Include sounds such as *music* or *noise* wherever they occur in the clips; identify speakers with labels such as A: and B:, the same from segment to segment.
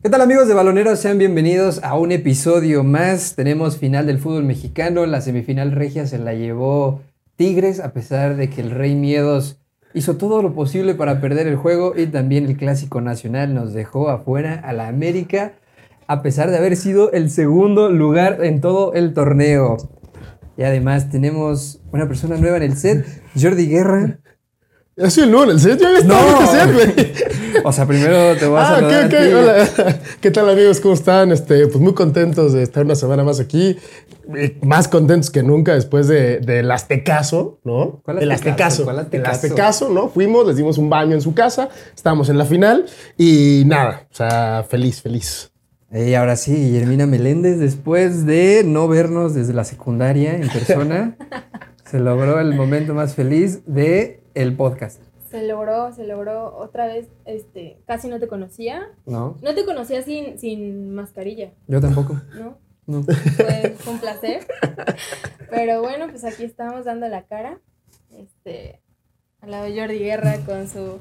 A: ¿Qué tal amigos de Baloneros? Sean bienvenidos a un episodio más. Tenemos final del fútbol mexicano. La semifinal regia se la llevó Tigres a pesar de que el Rey Miedos hizo todo lo posible para perder el juego y también el Clásico Nacional nos dejó afuera a la América a pesar de haber sido el segundo lugar en todo el torneo. Y además tenemos una persona nueva en el set, Jordi
B: *laughs*
A: Guerra.
B: Ya soy el nuevo en el set, ya había estado
A: No.
B: en este set, güey.
A: O sea, primero te voy a
B: Ah, ok,
A: saludar a
B: ok,
A: ti.
B: hola. ¿Qué tal amigos? ¿Cómo están? Este, pues muy contentos de estar una semana más aquí. Eh, Más contentos que nunca después de, del Aztecaso, ¿no?
A: ¿Cuál
B: el
A: Aztecaso?
B: Aztecaso.
A: ¿Cuál
B: El
A: Aztecaso?
B: Aztecaso, ¿no? Fuimos, les dimos un baño en su casa, estábamos en la final y nada, o sea, feliz, feliz.
A: Eh, Y ahora sí, Guillermina Meléndez, después de no vernos desde la secundaria en persona, se logró el momento más feliz de el podcast,
C: Se logró, se logró otra vez, este, casi no te conocía.
A: ¿no?
C: No te conocía sin, sin mascarilla,
A: Yo tampoco,
C: ¿no?
A: no.
C: Fue,
B: *laughs*
C: fue un placer. Pero bueno, pues aquí estamos dando la cara. Este, al lado de Jordi Guerra con su,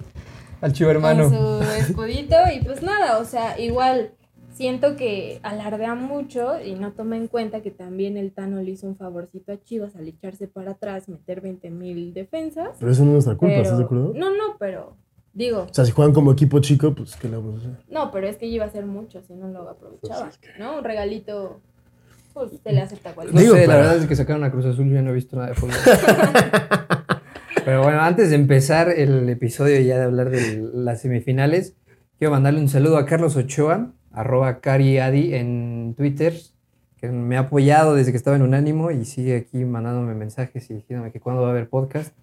A: Al chivo
C: con
A: hermano.
C: su escudito. Y pues nada, o sea, igual siento que alardea mucho y no toma en cuenta que también el Tano le hizo un favorcito a Chivas al echarse para atrás, meter 20 mil defensas.
B: Pero eso no es nuestra culpa,
C: Pero-
B: ¿estás de acuerdo?
C: No, no, pero digo,
B: O sea, si juegan como equipo chico, pues qué le vamos a hacer.
C: No, pero es que iba a ser mucho si no lo
B: Pues
C: aprovechaba, ¿no? Un regalito, pues se le acepta a
A: No
C: cualquiera.
B: Digo,
A: sé, la
B: pero-
A: verdad es que sacaron a Cruz Azul, ya no he visto nada de
B: *laughs*
A: fútbol. Pero bueno, antes de empezar el episodio y ya de hablar de las semifinales, quiero mandarle un saludo a Carlos Ochoa, arroba cariadi en Twitter, que me ha apoyado desde que estaba en Unánimo y sigue aquí mandándome mensajes y diciéndome que cuándo va a haber podcast.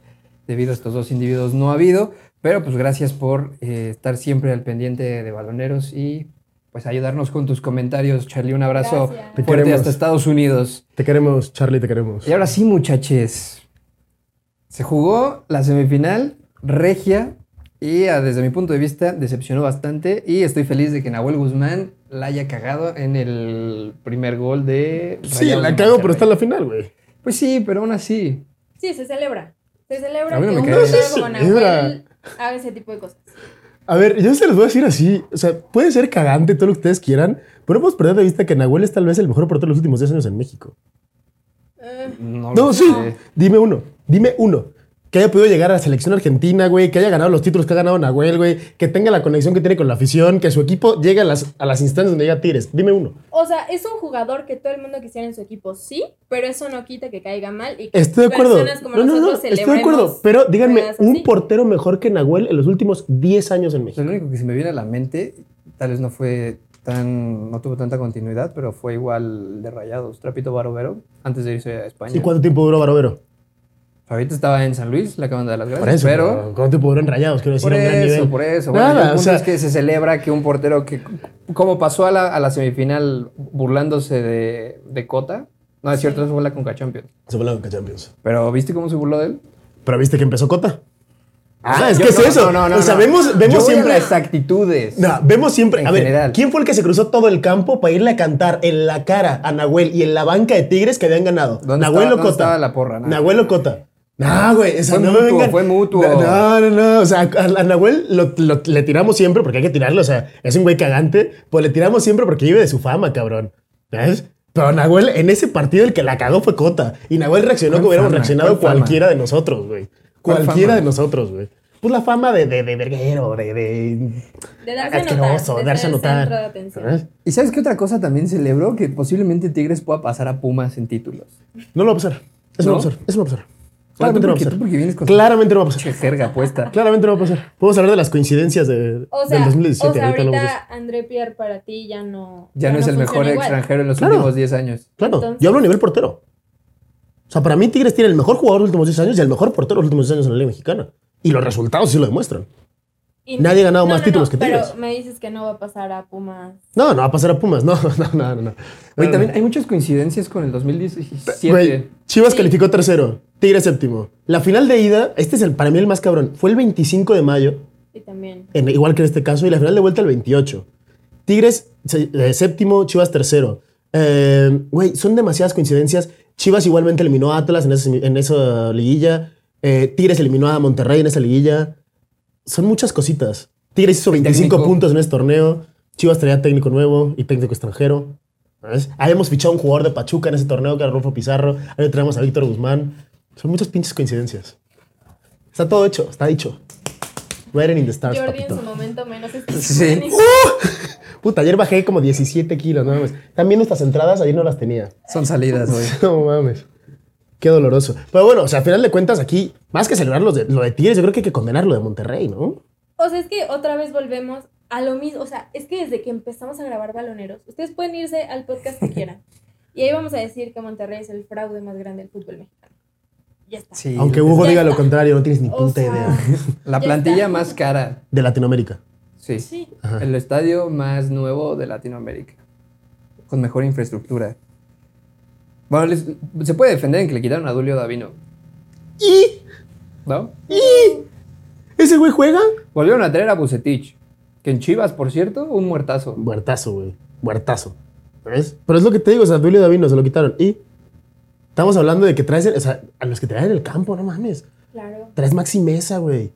A: Debido a estos dos individuos no ha habido, pero pues gracias por eh, estar siempre al pendiente de baloneros y pues ayudarnos con tus comentarios, Charlie. Un abrazo
C: Gracias.
B: Te
A: fuerte
B: queremos.
A: hasta Estados Unidos.
B: Te queremos, Charlie, te queremos.
A: Y ahora sí, muchaches. Se jugó la semifinal regia y ah, desde mi punto de vista decepcionó bastante y estoy feliz de que Nahuel Guzmán la haya cagado en el primer gol de...
B: Sí,
A: Rayados
B: la
A: de
B: cago, pero
A: Monterrey.
B: está en la final, güey.
A: Pues sí, pero aún así.
C: Sí, se celebra. Se celebra
A: A mí no
C: que
A: me
C: un
A: cae
C: persona
B: bien.
C: como
B: Se celebra.
C: Nahuel haga ese tipo de cosas.
B: A ver, yo se los voy a decir así. O sea, puede ser cagante todo lo que ustedes quieran, pero no podemos perder de vista que Nahuel es tal vez el mejor portero de los últimos 10 años en México.
C: Eh,
A: No,
B: No,
A: lo
B: sí.
A: sé.
B: Dime uno. Dime uno. Que haya podido llegar a la selección argentina, güey. Que haya ganado los títulos que ha ganado Nahuel, güey. Que tenga la conexión que tiene con la afición. Que su equipo llegue a las, a las instancias donde llega Tigres. Dime uno.
C: o sea, es un jugador que todo el mundo quisiera en su equipo, sí, pero eso no quita que caiga mal y que
B: Estoy de acuerdo.
C: personas como
B: No, no, no.
C: nosotros
B: Estoy de acuerdo.
C: celebremos
B: Pero díganme,
C: jugadas así.
B: un portero mejor que Nahuel en los últimos 10 años
A: O
B: en
A: sea,
B: México.
A: lo único que se me viene a la mente, tal vez no fue tan... no tuvo tanta continuidad, pero fue igual de rayados. Trapito Barovero, antes de irse a España.
B: ¿Y cuánto tiempo duró Barovero?
A: Ahorita estaba en San Luis, le acaban de dar las
B: Por
A: gracias,
B: eso.
A: pero...
B: ¿Cuánto tiempo duró en Rayados? Quiero decir,
A: Por
B: a un gran
A: eso,
B: nivel.
A: por eso.
B: Nada,
A: bueno, el
B: o
A: punto
B: sea-
A: es que se celebra que un portero que, como pasó a la, a la semifinal burlándose de, de Cota, no es cierto, eso fue la Conca Champions.
B: Se fue la Conca Champions.
A: Pero ¿viste cómo se burló de él?
B: Pero viste que empezó Cota. Ah, es
A: Yo-
B: que es
A: no,
B: eso.
A: No, no, no.
B: o sea,
A: no.
B: vemos, vemos
A: Yo voy a
B: siempre.
A: las actitudes.
B: No, vemos siempre.
A: En
B: a ver,
A: general.
B: ¿quién fue el que se cruzó todo el campo para irle a cantar en la cara a Nahuel y en la banca de Tigres que habían ganado?
A: ¿Dónde
B: Nahuel
A: estaba-
B: o
A: dónde
B: Cota.
A: estaba la porra? Nada.
B: Nahuel o Cota. No, güey, o sea,
A: Fue
B: no me
A: mutuo,
B: vengan-
A: fue mutuo.
B: No, no, no, o sea, a, a Nahuel lo- lo- le tiramos siempre porque hay que tirarlo, o sea, es un güey cagante, pues le tiramos siempre porque vive de su fama, cabrón. ¿Sabes? Pero Nahuel, en ese partido el que la cagó fue Cota. Y Nahuel reaccionó
A: ¿Cuál
B: como hubiéramos
A: fama?
B: reaccionado
A: ¿Cuál fama?
B: cualquiera de nosotros, güey.
A: ¿Cuál fama?
B: Cualquiera de nosotros, güey. Pues la fama de, de, de verguero, de, de
C: de
B: Ah,
C: darse a notar,
B: asqueroso,
C: de
B: darse a
C: ser el
B: notar. ¿Eh?
C: centro de atención.
B: ¿Sabes?
A: ¿Y sabes qué otra cosa también celebró? Que posiblemente Tigres pueda pasar a Pumas en títulos.
B: No lo va a pasar. Eso
A: ¿No?
B: no, va a pasar. Eso no va a pasar.
A: Claro,
B: Claramente no va a
A: porque-
B: pasar.
A: tú porque vienes con-
B: Claramente no va a
A: Mucha
B: pasar.
A: jerga
B: *laughs*
A: puesta.
B: Claramente no va a pasar. Podemos hablar de las coincidencias de,
C: O sea,
B: del 2017.
C: o sea,
B: ahorita
C: ahorita,
B: lo vamos a decir.
C: André Pierre para ti ya no.
A: Ya, no es el mejor
C: funciona igual.
A: extranjero en los
B: Claro.
A: últimos 10 años.
B: Claro,
C: Entonces-
B: yo hablo a nivel portero. O sea, para mí Tigres tiene el mejor jugador de los últimos 10 años y el mejor portero de los últimos 10 años en la Liga Mexicana. Y los resultados sí lo demuestran.
C: Y-
B: Nadie ha ganado más títulos que Tigres.
C: Pero me dices que no va a pasar a Pumas.
B: No, no va a pasar a Pumas. No, *laughs* no, no, no. no.
A: Oye,
B: No,
A: también
B: no.
A: hay muchas coincidencias con el 2017.
B: Güey, Chivas
C: Sí.
B: calificó tercero, Tigres séptimo. La final de ida, este es el para mí el más cabrón, fue el 25 de mayo
C: Y también.
B: en- igual que en este caso, y la final de vuelta el 28. Tigres se- eh, séptimo, Chivas tercero. Eh, Güey, son demasiadas coincidencias. Chivas igualmente eliminó a Atlas en esa, semi- en esa liguilla. Eh, Tigres eliminó a Monterrey en esa liguilla. Son muchas cositas. Tigres hizo 25
A: técnico.
B: puntos en ese torneo. Chivas traía técnico nuevo y técnico extranjero. ¿sabes? Ahí hemos fichado a un jugador de Pachuca en ese torneo que era Rolfo Pizarro. Ahí le traemos a Víctor Guzmán. Son muchas pinches coincidencias. Está todo hecho, está dicho. Writing in the stars,
C: Jordi en
B: papito.
C: su momento menos
A: Sí.
B: Puta, ayer bajé como 17 kilos, no mames. También nuestras entradas ayer no las tenía. *laughs*
A: Son salidas, güey.
B: No mames. Qué doloroso. Pero bueno, o sea, al final de cuentas aquí, más que celebrar lo de, lo de Tigres, yo creo que hay que condenar lo de Monterrey, ¿no?
C: O sea, es que otra vez volvemos a lo mismo. O sea, es que desde que empezamos a grabar Baloneros, ustedes pueden irse al podcast que
B: *laughs*
C: quieran. Y ahí vamos a decir que Monterrey es el fraude más grande del fútbol mexicano. Ya está.
A: Sí.
B: Aunque
A: güey.
B: Hugo
C: Ya
B: diga lo
C: está.
B: contrario, no tienes ni
C: O
B: puta
C: sea,
B: idea. *laughs*
A: La
C: ya
A: plantilla
C: está.
A: más cara.
B: De Latinoamérica.
A: Sí.
C: Sí.
B: Ajá.
A: El estadio más nuevo de Latinoamérica. Con mejor infraestructura. Bueno, les- se puede defender en que le quitaron a Dulio Davino,
B: ¿Y?
A: ¿no?
B: ¿Y? ¿Ese güey juega?
A: Volvieron a traer a Bucetich. Que en Chivas, por cierto, un muertazo.
B: Huertazo, güey. Huertazo. ¿Ves? Pero es lo que te digo, o sea, Duilio Davino se lo quitaron. ¿Y? Estamos hablando de que traes, o sea, a los que te dan en el campo, no mames.
C: Claro.
B: Traes Maxi Mesa, güey.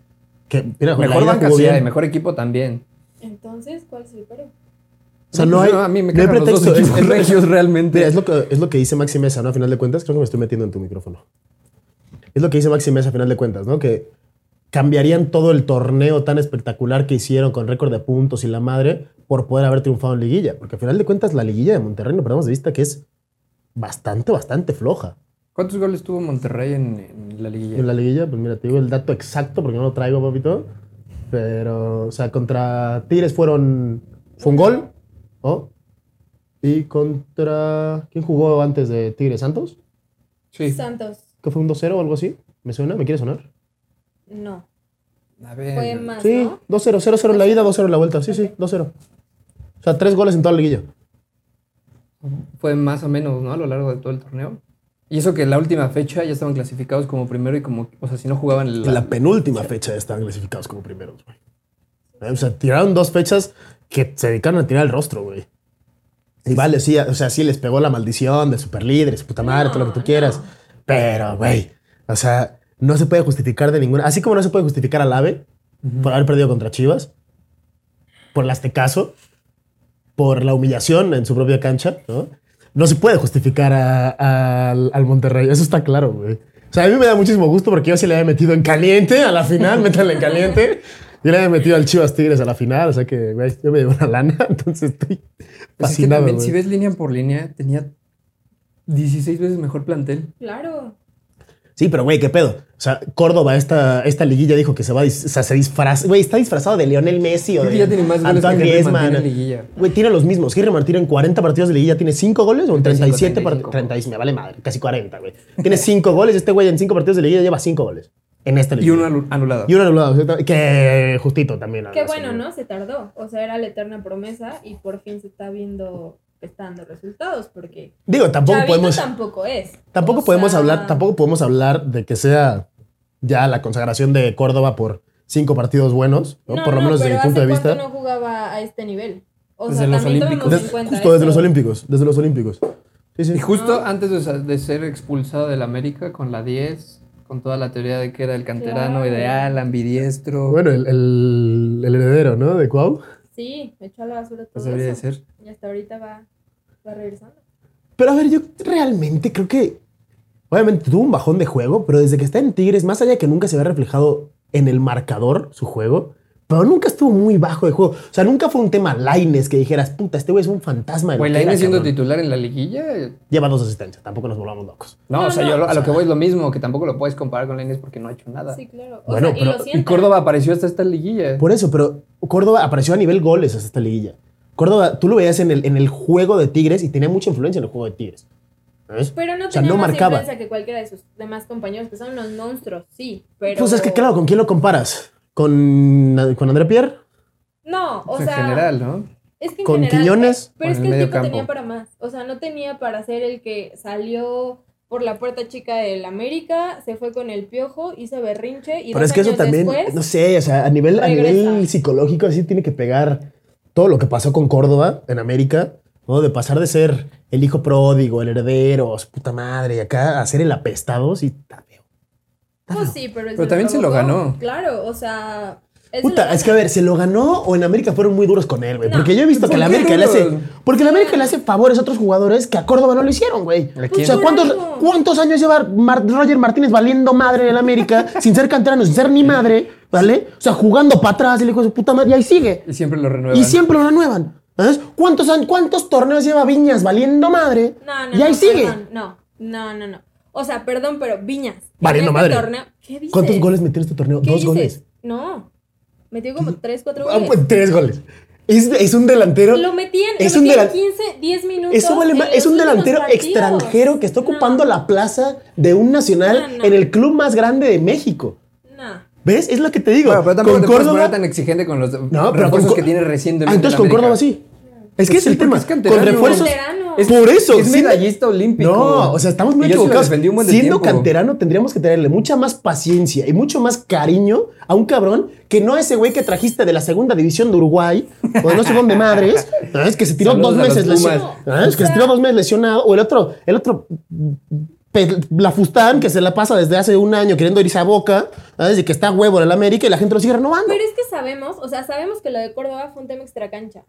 B: Que, mira, la
A: Mejor
B: ida
A: banca
B: jugó
A: sí
B: bien.
A: hay, mejor equipo también.
C: Entonces, ¿cuál es el pero?
B: O sea, no hay,
A: a mí me
B: no hay
A: cagan los dos
B: pretexto. Es-
A: equipos
B: es-
A: regios realmente.
B: Mira, es lo que, es lo que dice Maxi Mesa, ¿no? A final de cuentas, creo que me estoy metiendo en tu micrófono. Es lo que dice Maxi Mesa a final de cuentas, ¿no? Que cambiarían todo el torneo tan espectacular que hicieron con récord de puntos y la madre por poder haber triunfado en liguilla. Porque a final de cuentas, la liguilla de Monterrey, no perdamos de vista que es bastante, bastante floja.
A: ¿Cuántos goles tuvo Monterrey en, en la liguilla?
B: En la liguilla, pues mira, te digo el dato exacto porque no lo traigo, papito. Pero, o sea, contra Tigres fueron. Fue un gol, ¿no? Y contra. ¿Quién jugó antes de Tigres? ¿Santos?
A: Sí.
C: Santos.
B: ¿Que fue un 2-0 o algo así? ¿Me suena? ¿Me quiere sonar?
C: No.
A: A ver.
C: Fue más,
B: Eh, Sí,
C: Ah, ¿no?
B: 2-0, 0-0 en la ida, 2-0 en la vuelta. Sí, sí, 2-0. O sea, tres goles en toda la liguilla.
A: fue más o menos, ¿no? A lo largo de todo el torneo. Y eso que en la última fecha ya estaban clasificados como primero y como, o sea, si no jugaban la...
B: penúltima fecha estaban clasificados como primeros, güey. O sea, tiraron dos fechas que se dedicaron a tirar el rostro, güey. Y vale, sí, o sea, sí les pegó la maldición de superlíderes, puta madre, todo lo que tú
C: No,
B: quieras. Pero, güey, o sea, no se puede justificar de ninguna. Así como no se puede justificar al AVE por haber perdido contra Chivas, por el Aztecaso, por la humillación en su propia cancha, ¿no? No se puede justificar a- a- al, al Monterrey, eso está claro, güey. O sea, a mí me da muchísimo gusto porque yo sí le había metido en caliente a la final, *laughs* métanle en caliente. Yo le había metido al Chivas Tigres a la final, o sea que, güey, yo me llevo una lana, *laughs* entonces estoy
A: Pues es que
B: fascinado,
A: también,
B: güey.
A: si ves línea por línea, tenía 16 veces mejor plantel.
C: Claro.
B: Sí, pero güey, ¿qué pedo? O sea, Córdoba, esta, esta liguilla dijo que se va a, dis- o sea, se disfraza. Güey, está disfrazado de Lionel Messi o
A: Creo
B: de
A: que ya tiene más goles que
B: Antoine
A: Henry
B: Griezmann.
A: Martín en liguilla.
B: Güey, tiene los mismos. Henry Martín en 40 partidos de liguilla tiene 5 goles o en
A: 35,
B: 37
A: 35.
B: partidos. 30, me vale madre, casi 40, güey. Tiene 5 goles. Este güey en 5 partidos de liguilla lleva 5 goles. En esta
A: Y uno
B: liguilla.
A: alu- anulado.
B: Y uno anulado. exacto. Que justito también.
C: Qué
B: además,
C: bueno,
B: güey.
C: ¿no? Se tardó. O sea, era la eterna promesa y por fin se está viendo, está dando resultados porque
B: Digo, tampoco
C: Chavito
B: podemos.
C: tampoco es.
B: Tampoco
C: O
B: podemos
C: sea,
B: hablar, tampoco podemos hablar de que sea ya la consagración de Córdoba por cinco partidos buenos, ¿no?
C: no,
B: por lo
C: no,
B: menos desde mi
C: pero
B: punto de
C: ¿hace
B: vista.
C: cuánto no jugaba a este nivel? O
A: Desde
C: sea,
A: los
C: también tomemos
A: Olímpicos.
C: en
B: Desde-
C: cuenta
B: justo desde los
C: eso.
B: Olímpicos, desde los Olímpicos. Sí, sí.
A: Y justo
C: No.
A: antes de, sa- de ser expulsado del América con la 10, con toda la teoría de "Ah, que era el canterano
C: Claro.
A: ideal, ambidiestro.
B: Bueno, el, el- el heredero, ¿no? De Cuau.
C: Sí, me echó a la basura todo
A: pues debería de
C: eso.
A: ser.
C: Y hasta ahorita va, va regresando.
B: Pero a ver, yo realmente creo que. Obviamente tuvo un bajón de juego, pero desde que está en Tigres, más allá de que nunca se ve reflejado en el marcador su juego, pero nunca estuvo muy bajo de juego. O sea, nunca fue un tema Laines que dijeras, puta, este güey es un fantasma. de lo
A: Güey,
B: que era,
A: Lainez siendo
B: cabrón".
A: titular en la liguilla. eh,
B: Lleva dos asistencias, tampoco nos volvamos locos.
A: No,
C: No,
A: o sea,
C: no.
A: yo lo- a
B: O sea-
A: lo que voy es lo mismo, que tampoco lo puedes comparar con Lainez porque no ha hecho nada.
C: Sí, claro. O
B: Bueno,
C: sea,
B: pero-
C: y lo
B: y
A: Y
C: siento.
A: Córdoba apareció hasta esta liguilla.
B: Por eso, pero Córdoba apareció a nivel goles hasta esta liguilla. Córdoba, tú lo veías en el, en el juego de Tigres y tenía mucha influencia en el juego de Tigres. ¿Sabes?
C: Pero no
B: O sea,
C: tenía
B: no
C: más
B: marcaba.
C: influencia que cualquiera de sus demás compañeros, que son unos monstruos, sí, pero...
B: Pues es que, claro, ¿con quién lo comparas? ¿Con, con André Pierre?
C: No, o
A: en
C: sea,
A: general, ¿no?
C: es que en
B: con
C: general, eh,
B: Quiñones,
C: Pero es
A: con
C: que
A: el
C: el
A: medio
C: tipo tenía
A: campo.
C: para más. O sea, no tenía para ser el que salió por la puerta chica del América, se fue con el piojo, hizo berrinche y
B: Pero
C: dos
B: es que eso
C: años
B: también,
C: después-
B: no sé, o sea, a nivel, a
C: regresa.
B: nivel psicológico así tiene que pegar todo lo que pasó con Córdoba en América, ¿no? De pasar de ser el hijo pródigo, el heredero, su puta madre, y acá a ser el apestado, sí, está feo.
C: Pues sí, pero él
A: Pero
C: se
A: también se lo
C: provocó.
A: ganó.
C: Claro, o sea, Es
B: Puta,
C: lo-
B: es que a ver, ¿se lo ganó o en América fueron muy duros con él, güey?
C: No.
B: Porque yo he visto que
A: ¿Por
B: la
A: qué
B: América le hace.
A: duros?
B: Porque la América le hace favores a otros jugadores que a Córdoba no lo hicieron, güey.
A: ¿A
B: O
A: quién?
B: sea, ¿cuántos,
C: Por algo.
B: cuántos años lleva Mar- Roger Martínez valiendo madre en América, *laughs* sin ser canterano, sin ser ni madre, ¿vale? O sea, jugando para atrás y le dijo su puta madre, y ahí sigue.
A: Y siempre lo renuevan.
B: Y siempre lo renuevan. ¿Sabes? ¿Cuántos, an- ¿Cuántos torneos lleva Viñas valiendo madre?
C: No, no.
B: y ahí
C: no,
B: sigue.
C: perdón, no, no, no, no. O sea, perdón, pero Viñas.
B: Valiendo
C: en
B: madre.
C: este torneo- ¿Qué dices?
B: ¿Cuántos goles metió en este torneo?
C: ¿Qué
B: Dos
C: dices?
B: goles.
C: No. Metió como 3, 4
B: Ah,
C: goles.
B: pues, tres goles. Es, es un delantero.
C: lo metían,
B: es
C: lo
B: un
C: metían
B: delan-
C: 15, 10 minutos.
B: Eso vale
C: en
B: más. Es
C: los
B: un
C: últimos
B: delantero
C: partidos.
B: extranjero que está ocupando
C: no,
B: la plaza de un nacional
C: No, no.
B: en el club más grande de México.
C: No.
B: ¿Ves? Es lo que te digo.
A: Bueno, pero tampoco
B: con
A: te puedes
B: Córdoba.
A: poner tan exigente con los
B: No, pero
A: refuerzos
B: con-
A: que tiene recientemente.
B: Ah, entonces
A: la
B: con
A: América.
B: Córdoba sí. Es que
A: Pues
B: es
A: sí,
B: el
A: porque
B: tema.
A: es canterano.
B: con refuerzos.
C: Canterano.
B: Es por eso.
A: Es
B: siendo-
A: medallista olímpico.
B: No, o sea, estamos muy
A: Y yo sí lo
B: equivocados.
A: defendí un buen de
B: Siendo
A: tiempo.
B: canterano, tendríamos que tenerle mucha más paciencia y mucho más cariño a un cabrón que no a ese güey que trajiste de la segunda división de Uruguay o de no sé dónde
A: *laughs*
B: madres, ¿sabes? Que se tiró
A: Saludos
B: dos
A: a los
B: meses lesionado.
A: Pumas.
B: ¿sabes? Que se tiró dos meses lesionado. O el otro, el otro pe- la Fustán que se la pasa desde hace un año queriendo irse a boca, ¿sabes? Y que está huevo en el América y la gente lo sigue renovando.
C: Pero es que sabemos, o sea, sabemos que lo de Córdoba fue un tema extracancha.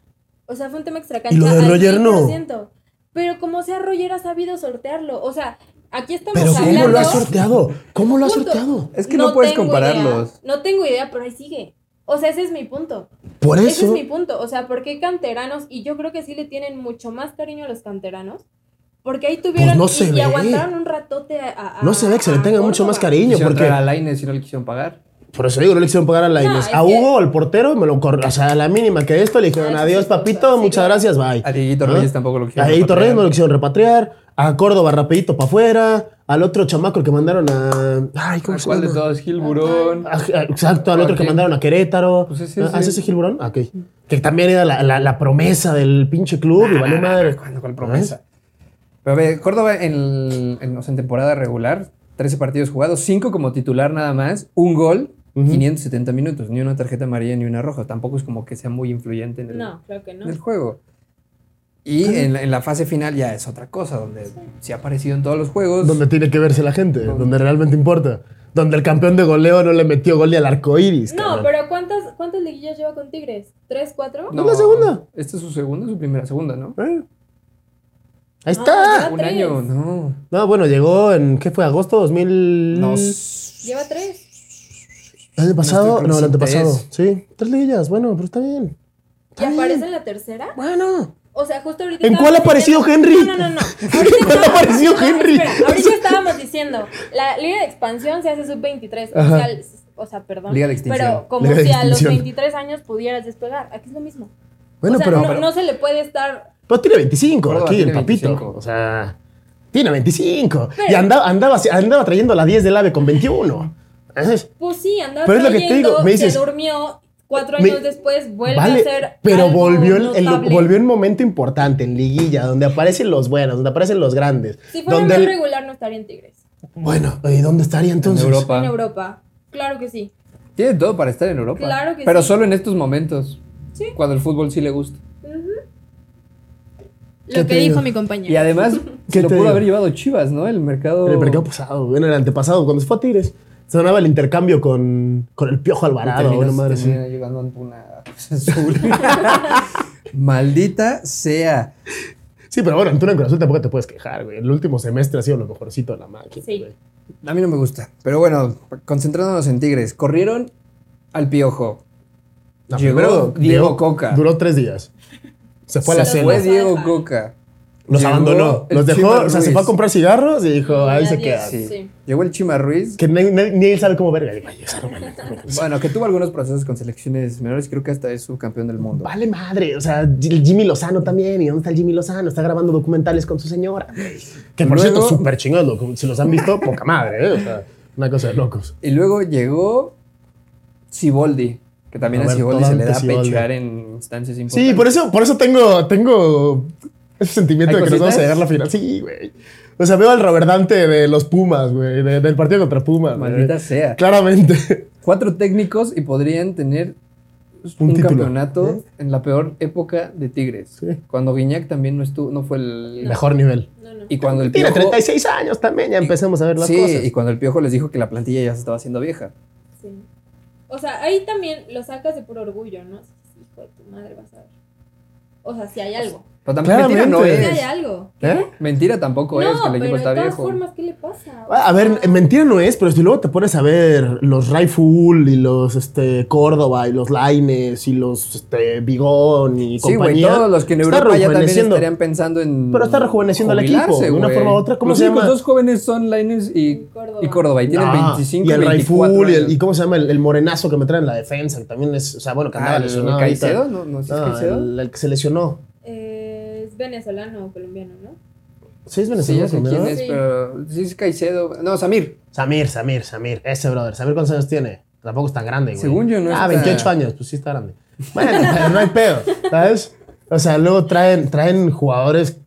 C: O sea, fue un tema extracancha.
B: Y lo de
C: al
B: Roger no.
C: 100%. Pero como sea, Roger ha sabido sortearlo. O sea, aquí estamos
B: Pero
C: hablando.
B: ¿cómo lo ha sorteado? ¿Cómo lo ha
C: Punto.
B: sorteado?
A: Es que no puedes
C: tengo
A: compararlos.
C: idea. No tengo idea, pero ahí sigue. O sea, ese es mi punto.
B: Por eso.
C: Ese es mi punto. O sea, ¿por qué canteranos? Y yo creo que sí le tienen mucho más cariño a los canteranos. Porque ahí
B: Pues
C: tuvieron
B: no
C: y-
B: se
C: y,
B: ve.
C: aguantaron un ratote a, a-
B: No se ve que se le
C: a
B: tenga mucho más
C: Córdoba.
B: cariño
A: Quisieron
B: porque
A: traer a Lainez y no le quisieron pagar.
B: Por eso digo, no le quisieron pagar a la
C: No,
B: Inés.
C: es
B: A
C: que-
B: Hugo, al portero, me lo corrió. O sea, a la mínima que esto le dijeron
C: Ah, sí,
B: adiós,
C: sí,
B: papito,
C: sí,
B: muchas
C: claro.
B: gracias, bye.
A: A Dieguito
B: ¿No?
A: Reyes tampoco lo quisieron
B: A Dieguito
A: repatriar.
B: Reyes no lo quisieron repatriar. A Córdoba, rapidito para afuera. Al otro chamaco que mandaron a. Ay, ¿cómo
A: ¿A
B: se
A: cuál de
B: llama?
A: todos? Gil Burón.
B: A- a- Exacto, al
A: ¿A
B: otro que
A: quién?
B: mandaron a Querétaro.
A: Pues ese,
B: ¿A-
A: ese.
B: ¿A ese Gilburón? Ah, ok. Que también era la, la- la promesa del pinche club y
A: *laughs*
B: valió madre.
A: ¿Cuándo? ¿Cuál promesa? Pero a ver, Córdoba en, en, o sea, en temporada regular, 13 partidos jugados, 5 como titular nada más, un gol, 570 minutos, ni una tarjeta amarilla ni una roja. Tampoco es como que sea muy influyente en el,
C: No, creo que no.
A: en el juego. Y en, la- en la fase final ya es otra cosa, donde se ha aparecido en todos los juegos.
B: Donde tiene que verse la gente, donde realmente importa. Donde el campeón de goleo no le metió gol ni al arco iris.
C: No,
B: cabrón.
C: pero ¿cuántas, ¿cuántas liguillas lleva con Tigres? ¿Tres, cuatro?
A: No,
B: ¿Es la segunda?
A: ¿Esta es su segunda o su primera? Segunda, ¿no?
B: Eh. Ahí
C: No,
B: está.
C: ya-
A: Un
C: Ah, tres.
A: año, no.
B: No, bueno, llegó en, ¿qué fue? ¿Agosto 2000?
A: No.
C: Lleva tres.
B: ¿El año
A: Estoy
B: pasado?
A: con
B: No, el antepasado.
A: tres.
B: Sí, tres liguillas. Bueno, pero está bien.
C: ¿Y
B: Está bien.
C: aparece en la tercera?
B: Bueno.
C: O sea, justo ahorita.
B: ¿En cuál ha
C: estábamos
B: aparecido
C: diciendo-
B: Henry?
C: No, no,
B: *laughs*
C: no. no. Ahorita
B: cuál ha
C: estábamos-
B: aparecido
C: no, no,
B: Henry?
C: espera, Ahorita estábamos diciendo, la Liga de Expansión se hace sub-23. O
B: Ajá.
C: sea, el- o sea, perdón.
A: Liga de Extinción.
C: Pero como
B: Liga de
C: si a los
B: Extinción.
C: 23 años pudieras despegar. Aquí es lo mismo.
B: Bueno,
C: o sea,
B: pero,
C: no,
B: pero,
C: no se le puede estar.
B: tiene 25
A: Córdoba
B: aquí,
A: tiene
B: el papito.
A: 25.
B: O sea, tiene 25. y
C: Pero-
B: andaba, andaba, andaba trayendo la 10 del AVE con 21. ¿Sabes?
C: Pues sí, andaba
B: Pero es lo que te
C: trayendo,
B: digo, me dices-
C: se durmió. Cuatro
B: Me-
C: años después vuelve
B: Vale,
C: a ser.
B: pero
C: algo
B: volvió el, el-
C: notable.
B: volvió un momento importante en liguilla, donde aparecen los buenos, donde aparecen los grandes.
C: Si fuera
B: donde
C: más
B: el-
C: regular, no estaría en Tigres.
B: Bueno, ¿y dónde estaría entonces?
A: en Europa.
C: En Europa. Claro que sí.
A: Tiene todo para estar en Europa.
C: Claro que
A: Pero
C: sí.
A: solo en estos momentos.
C: Sí.
A: Cuando el fútbol sí le gusta.
B: ¿Qué
C: Lo
B: te
C: que dijo
B: digo?
C: mi
A: Y
C: compañero. *laughs*
A: además,
B: ¿Qué
A: se lo
B: te
A: pudo
B: digo?
A: haber llevado Chivas, ¿no? El mercado.
B: En el mercado pasado, bueno, en el antepasado, cuando se fue a Tigres, sonaba el intercambio con, con el Piojo
A: Y
B: Alvarado.
A: terminas-
B: una madre así.
A: termina llegando a una cosa azul. *laughs* Maldita sea.
B: Sí, pero bueno, Antuna en Cruz Azul tampoco te puedes quejar, güey. El último semestre ha sido lo mejorcito de la máquina.
C: Sí.
B: güey.
A: A mí no me gusta. Pero bueno, concentrándonos en Tigres. Corrieron al piojo.
B: No,
A: Llegó
B: primero,
A: Diego Coca.
B: Duró tres días. Se fue a la
C: Se
B: cena.
A: Fue
C: Los
A: Diego
C: deja.
A: Coca.
B: Los
A: Llegó
B: abandonó.
A: el
B: Los dejó,
A: Chima
B: o sea, se
A: Ruiz.
B: fue a comprar cigarros y dijo, ahí
C: Y
B: se
C: adiós.
B: queda.
A: Sí.
C: Sí.
A: Llegó el Chima Ruiz.
B: Que ni, ni- ni él sabe cómo verga. Digo, "Ay, esa no me mata,
A: *laughs*
B: güey".
A: Bueno, que tuvo algunos procesos con selecciones menores. Creo que hasta es subcampeón del mundo.
B: Vale madre, o sea, el Jimmy Lozano también. ¿Y dónde está el Jimmy Lozano? Está grabando documentales con su señora. güey. Que por
A: Luego-
B: cierto, súper chingón. docu- Si los han visto, poca madre, ¿eh? O sea, una cosa de locos.
A: Y luego llegó Siboldi, que también a,
B: Roberto
A: Siboldi se le da
B: Dante Siboldi.
A: pechear en instancias importantes.
B: Sí, por eso, por eso tengo, tengo ese sentimiento
A: ¿Hay
B: de que nos vamos a
A: cositas?
B: llegar a la final. Sí, güey. O sea, veo al Robert Dante de los Pumas, güey, de- del partido contra Pumas. güey.
A: Maldita sea.
B: *laughs* Claramente.
A: Cuatro técnicos y podrían tener
B: Un
A: un,
B: título. ¿eh?
A: campeonato en la peor época de Tigres.
B: Sí.
A: Cuando Guiñac también no estuvo, no fue el
B: Mejor nivel.
C: No, no.
A: Y cuando el
B: Tiene
A: Piojo-
B: 36 años también, ya empezamos a ver las
A: Sí,
B: cosas.
A: y cuando el Piojo les dijo que la plantilla ya se estaba haciendo vieja.
C: Sí. O sea, ahí también lo sacas de puro orgullo, ¿no? Hijo de tu madre, vas a ver. O sea, si hay algo.
A: Pero tampoco mentira no
B: Claramente.
C: Si hay
A: es.
C: algo.
B: ¿Eh?
A: Mentira tampoco Pues, es que el equipo
C: pero
A: está
C: de todas
A: viejo.
C: formas, ¿qué le pasa?
B: Ah, A ver, mentira no es, pero si luego te pones a ver los Raiful y los este, Córdoba y los Laines y los este, Bigón y
A: Sí, güey,
B: compañía.
A: todos los que en
B: está
A: Europa ya también
B: rejuveneciendo.
A: estarían pensando en.
B: Pero está rejuveneciendo al
A: jubilarse,
B: equipo, de una
A: güey.
B: forma u otra. ¿Cómo
A: Los
B: se
A: únicos
B: llama?
A: dos jóvenes son Lainez y,
C: Y Córdoba.
A: y Córdoba. Y tienen
B: Ah,
A: 25
B: y el
A: 24
B: Raiful y, el-
A: años.
B: y cómo se llama el, el morenazo que me trae en la defensa, que también es, o sea, bueno, que andaba
A: Ah, el
B: lesionado. ahorita.
A: Caicedo, ¿no? ¿No sí es
B: No,
A: Caicedo?
B: el, el que se lesionó.
C: Eh, es venezolano o colombiano, ¿no?
B: Sí, es
A: Sí,
B: venezolano.
A: ya sé quién
B: ¿no?
A: es,
C: Sí.
A: pero sí es Caicedo. No, Samir.
B: Samir, Samir, Samir. Ese brother. Samir, ¿cuántos años tiene? Tampoco es tan grande, güey.
A: Según yo, no
B: Ah,
A: está-
B: 28 años. Pues sí está grande. Bueno, pero no hay pedo, ¿sabes? O sea, luego traen, traen jugadores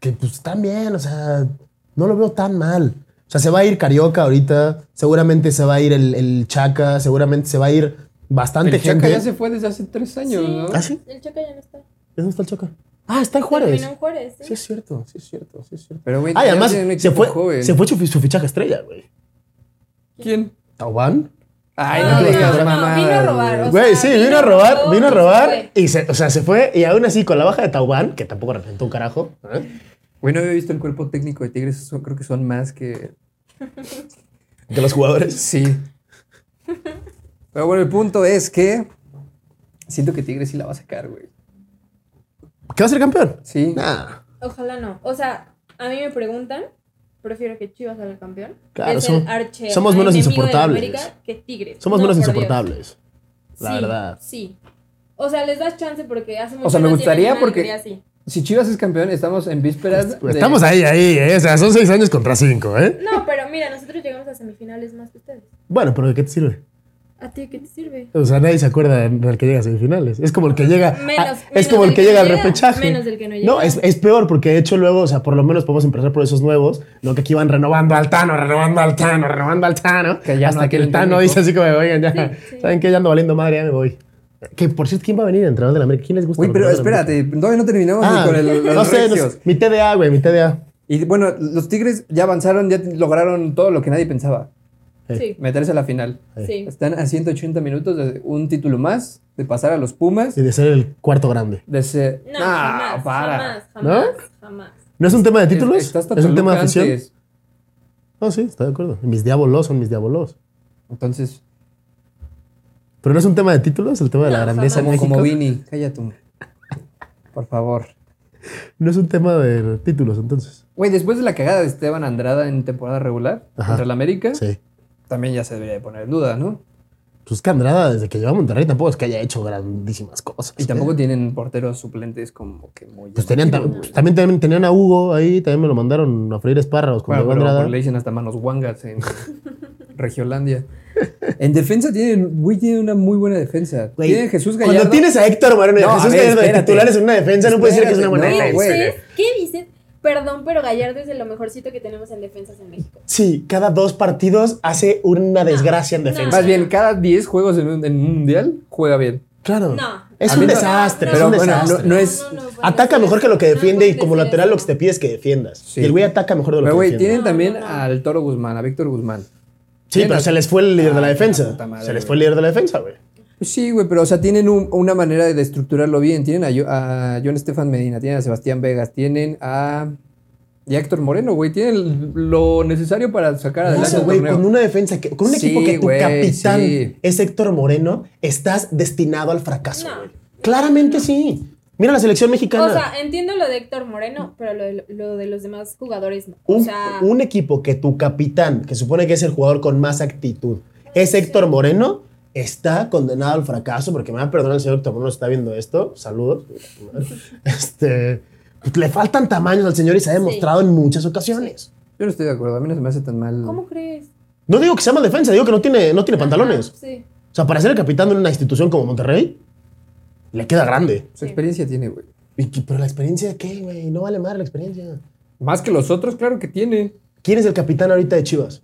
B: que pues están bien. O sea, no lo veo tan mal. O sea, se va a ir Carioca ahorita. Seguramente se va a ir el, el Chaca. Seguramente se va a ir bastante
A: El Chaca
B: gente.
A: ya se fue desde hace tres años,
C: Sí.
A: ¿no?
B: ¿Ah, sí?
C: El Chaca ya no está.
B: ¿Dónde está el Chaca? Ah, está en Juárez.
C: Terminó en Juárez, sí.
B: Sí, es cierto, sí, es cierto, sí, es cierto.
A: Pero, güey,
B: Ah, y
A: ya
B: además,
A: tiene un
B: se
A: equipo
B: fue,
A: joven.
B: se fue su, su fichaje estrella, güey.
A: ¿Quién?
B: ¿Tauban?
A: Ay,
C: Ah,
A: no digas mamadas,
C: vino a robar. o
B: Güey,
C: sea,
B: sí, vino a robar,
C: robó
B: vino a
C: y se
B: robar
C: fue.
B: y se, o sea, se fue y aún así con la baja de Taubán, que tampoco representó un carajo. ¿eh?
A: Güey, no había visto el cuerpo técnico de Tigres. son- creo que son más que.
B: De los jugadores.
A: Sí. Pero bueno, el punto es que. Siento que Tigres sí la va a sacar, güey.
B: ¿Qué va a ser campeón?
A: Sí.
B: Nah.
C: Ojalá no. O sea, a mí me preguntan, prefiero que Chivas salga campeón.
B: Claro,
C: es
B: somos-
C: el arche
B: somos menos
C: enemigo de la
B: insoportables.
C: América que Tigres.
B: Somos
C: No,
B: menos
C: por Dios.
B: insoportables. la
C: Sí,
B: verdad.
C: Sí. O sea, les das chance porque hace mucho
A: sea, me
C: no tienen
A: gustaría
C: una
A: porque-
C: alegría así.
A: Si Chivas es campeón, estamos en vísperas. de-
B: Estamos ahí, ahí, ¿eh? O sea, son seis años contra cinco, ¿eh?
C: No, pero mira, nosotros llegamos a semifinales más que ustedes.
B: Bueno, pero ¿de qué te sirve?
C: ¿A ti qué te sirve?
B: O sea, nadie se acuerda del que llega a semifinales. Es como el que llega.
C: Menos-
B: a- es
C: menos
B: como el
C: del
B: que
C: que
B: llega al
C: llega,
B: repechaje.
C: menos del que no llega.
B: No, es, es peor porque de hecho luego, o sea, por lo menos podemos empezar por esos nuevos, no que aquí van renovando al Tano, renovando al Tano, renovando al Tano.
A: Que ya
B: hasta
A: no
B: que el
A: tienen
B: Tano
A: técnico.
B: dice así como, oigan, ya,
C: Sí, sí.
B: ¿saben qué? Ya ando valiendo madre, ya me voy. Que por cierto, ¿quién va a venir a entrenador de la América? ¿Quién les gusta?
A: Güey,
B: los
A: pero
B: entrenadores de la
A: espérate, todavía no terminamos ni con el,
B: América?
A: los
B: Ah, no sé, no
A: regios.
B: sé. mi TDA, güey, mi TDA.
A: Y bueno, los Tigres ya avanzaron, ya lograron todo lo que nadie pensaba.
C: Sí.
A: Meterse a la final.
C: Sí.
A: Están a 180 minutos de un título más, de pasar a los Pumas,
B: Y de ser el cuarto grande.
A: de ser...
C: No,
A: Ah,
C: jamás,
A: para.
C: jamás, jamás, jamás.
B: ¿No es un tema de títulos?
A: Está hasta
B: ¿Es un tema de
A: Toluca
B: afición?
A: antes.
B: No, sí, estoy de acuerdo. Mis diabolos son mis diabolos.
A: Entonces,
B: Pero no es un tema de títulos, el tema de la
C: No,
B: grandeza de
A: como,
B: México.
A: como Vini, cállate. Por favor.
B: No es un tema de títulos, entonces.
A: Güey, después de la cagada de Esteban Andrada en temporada regular
B: Ajá.
A: contra el América,
B: Sí.
A: también ya se debería de poner en duda, ¿no?
B: Pues que Andrada, desde que llegó a Monterrey, tampoco es que haya hecho grandísimas cosas.
A: Y tampoco tienen porteros suplentes como que muy...
B: Pues tenían, tam-
A: llamativos,
B: pues también, ten- tenían a Hugo ahí, también me lo mandaron a freír espárragos con
A: Bueno, pero
B: Andrada.
A: le dicen hasta manos guangas en *laughs* Regiolandia. En defensa tienen, güey, tiene una muy buena defensa.
B: Güey,
A: tiene Jesús Gallardo.
B: Cuando tienes a Héctor Moreno y a
A: No, a
B: Jesús
A: ver,
B: Gallardo de
A: espérate.
B: titulares en una defensa, no puedes decir que es una buena
A: No,
C: ¿Qué
B: defensa.
A: güey.
C: dices? ¿Qué dices? Perdón, pero Gallardo es de lo mejorcito que tenemos en defensas en México.
B: Sí, cada dos partidos hace una desgracia en
C: no.
B: defensa.
A: Más bien, cada 10 juegos en un, en un mundial juega bien.
B: Claro.
C: No.
B: Es
A: A
B: un
A: mí no-
B: desastre, es
A: pero
B: un
A: bueno,
B: desastre.
A: no- no es-
C: puede
B: Ataca
C: ser.
B: mejor que lo que
C: No pues,
B: defiende y
C: puede
B: como
C: ser
B: lateral
C: eso.
B: lo que te pides que defiendas.
A: Sí.
B: Y el güey ataca mejor de lo
A: Pero,
B: que
A: güey,
B: defiende.
A: tienen
C: No,
A: también
C: no, no.
A: al Toro Guzmán, a Víctor Guzmán.
B: Sí, pero se les fue el líder de la
A: Ay,
B: defensa.
A: puta madre,
B: Se les
A: güey.
B: fue el líder de la defensa, güey.
A: Pues sí, güey, pero o sea, tienen un- una manera de estructurarlo bien. Tienen a, Yo- a John Estefan Medina, tienen a Sebastián Vegas, tienen a. Y a Héctor Moreno, güey. Tienen lo necesario para sacar adelante
B: Eso,
A: el
B: güey,
A: torneo.
B: con una defensa, que, con un
A: Sí,
B: equipo que tu
A: güey,
B: capitán
A: sí.
B: es Héctor Moreno, estás destinado al fracaso,
C: No.
B: güey. Claramente sí. Mira la selección mexicana.
C: O sea, entiendo lo de Héctor Moreno, pero lo de, lo de los demás jugadores no.
B: un,
C: o sea,
B: un equipo que tu capitán, que supone que es el jugador con más actitud, es Héctor Moreno, está condenado al fracaso, porque me va a perdonar el señor Héctor Moreno si está viendo esto.
C: *laughs*
B: Saludos. Este, pues, le faltan tamaños al señor y se ha demostrado en muchas ocasiones.
A: Yo no estoy de acuerdo, a mí no se me hace tan mal.
C: ¿cómo crees?
B: No digo que sea mal defensa, digo que no tiene, no tiene pantalones.
C: Ajá, sí.
B: O sea, para ser el capitán de una institución como Monterrey, le queda grande.
A: Su experiencia tiene, güey.
B: Y que- Pero la experiencia, ¿qué, güey? No vale más la experiencia.
A: Más que los otros, claro que tiene.
B: ¿Quién es el capitán ahorita de Chivas?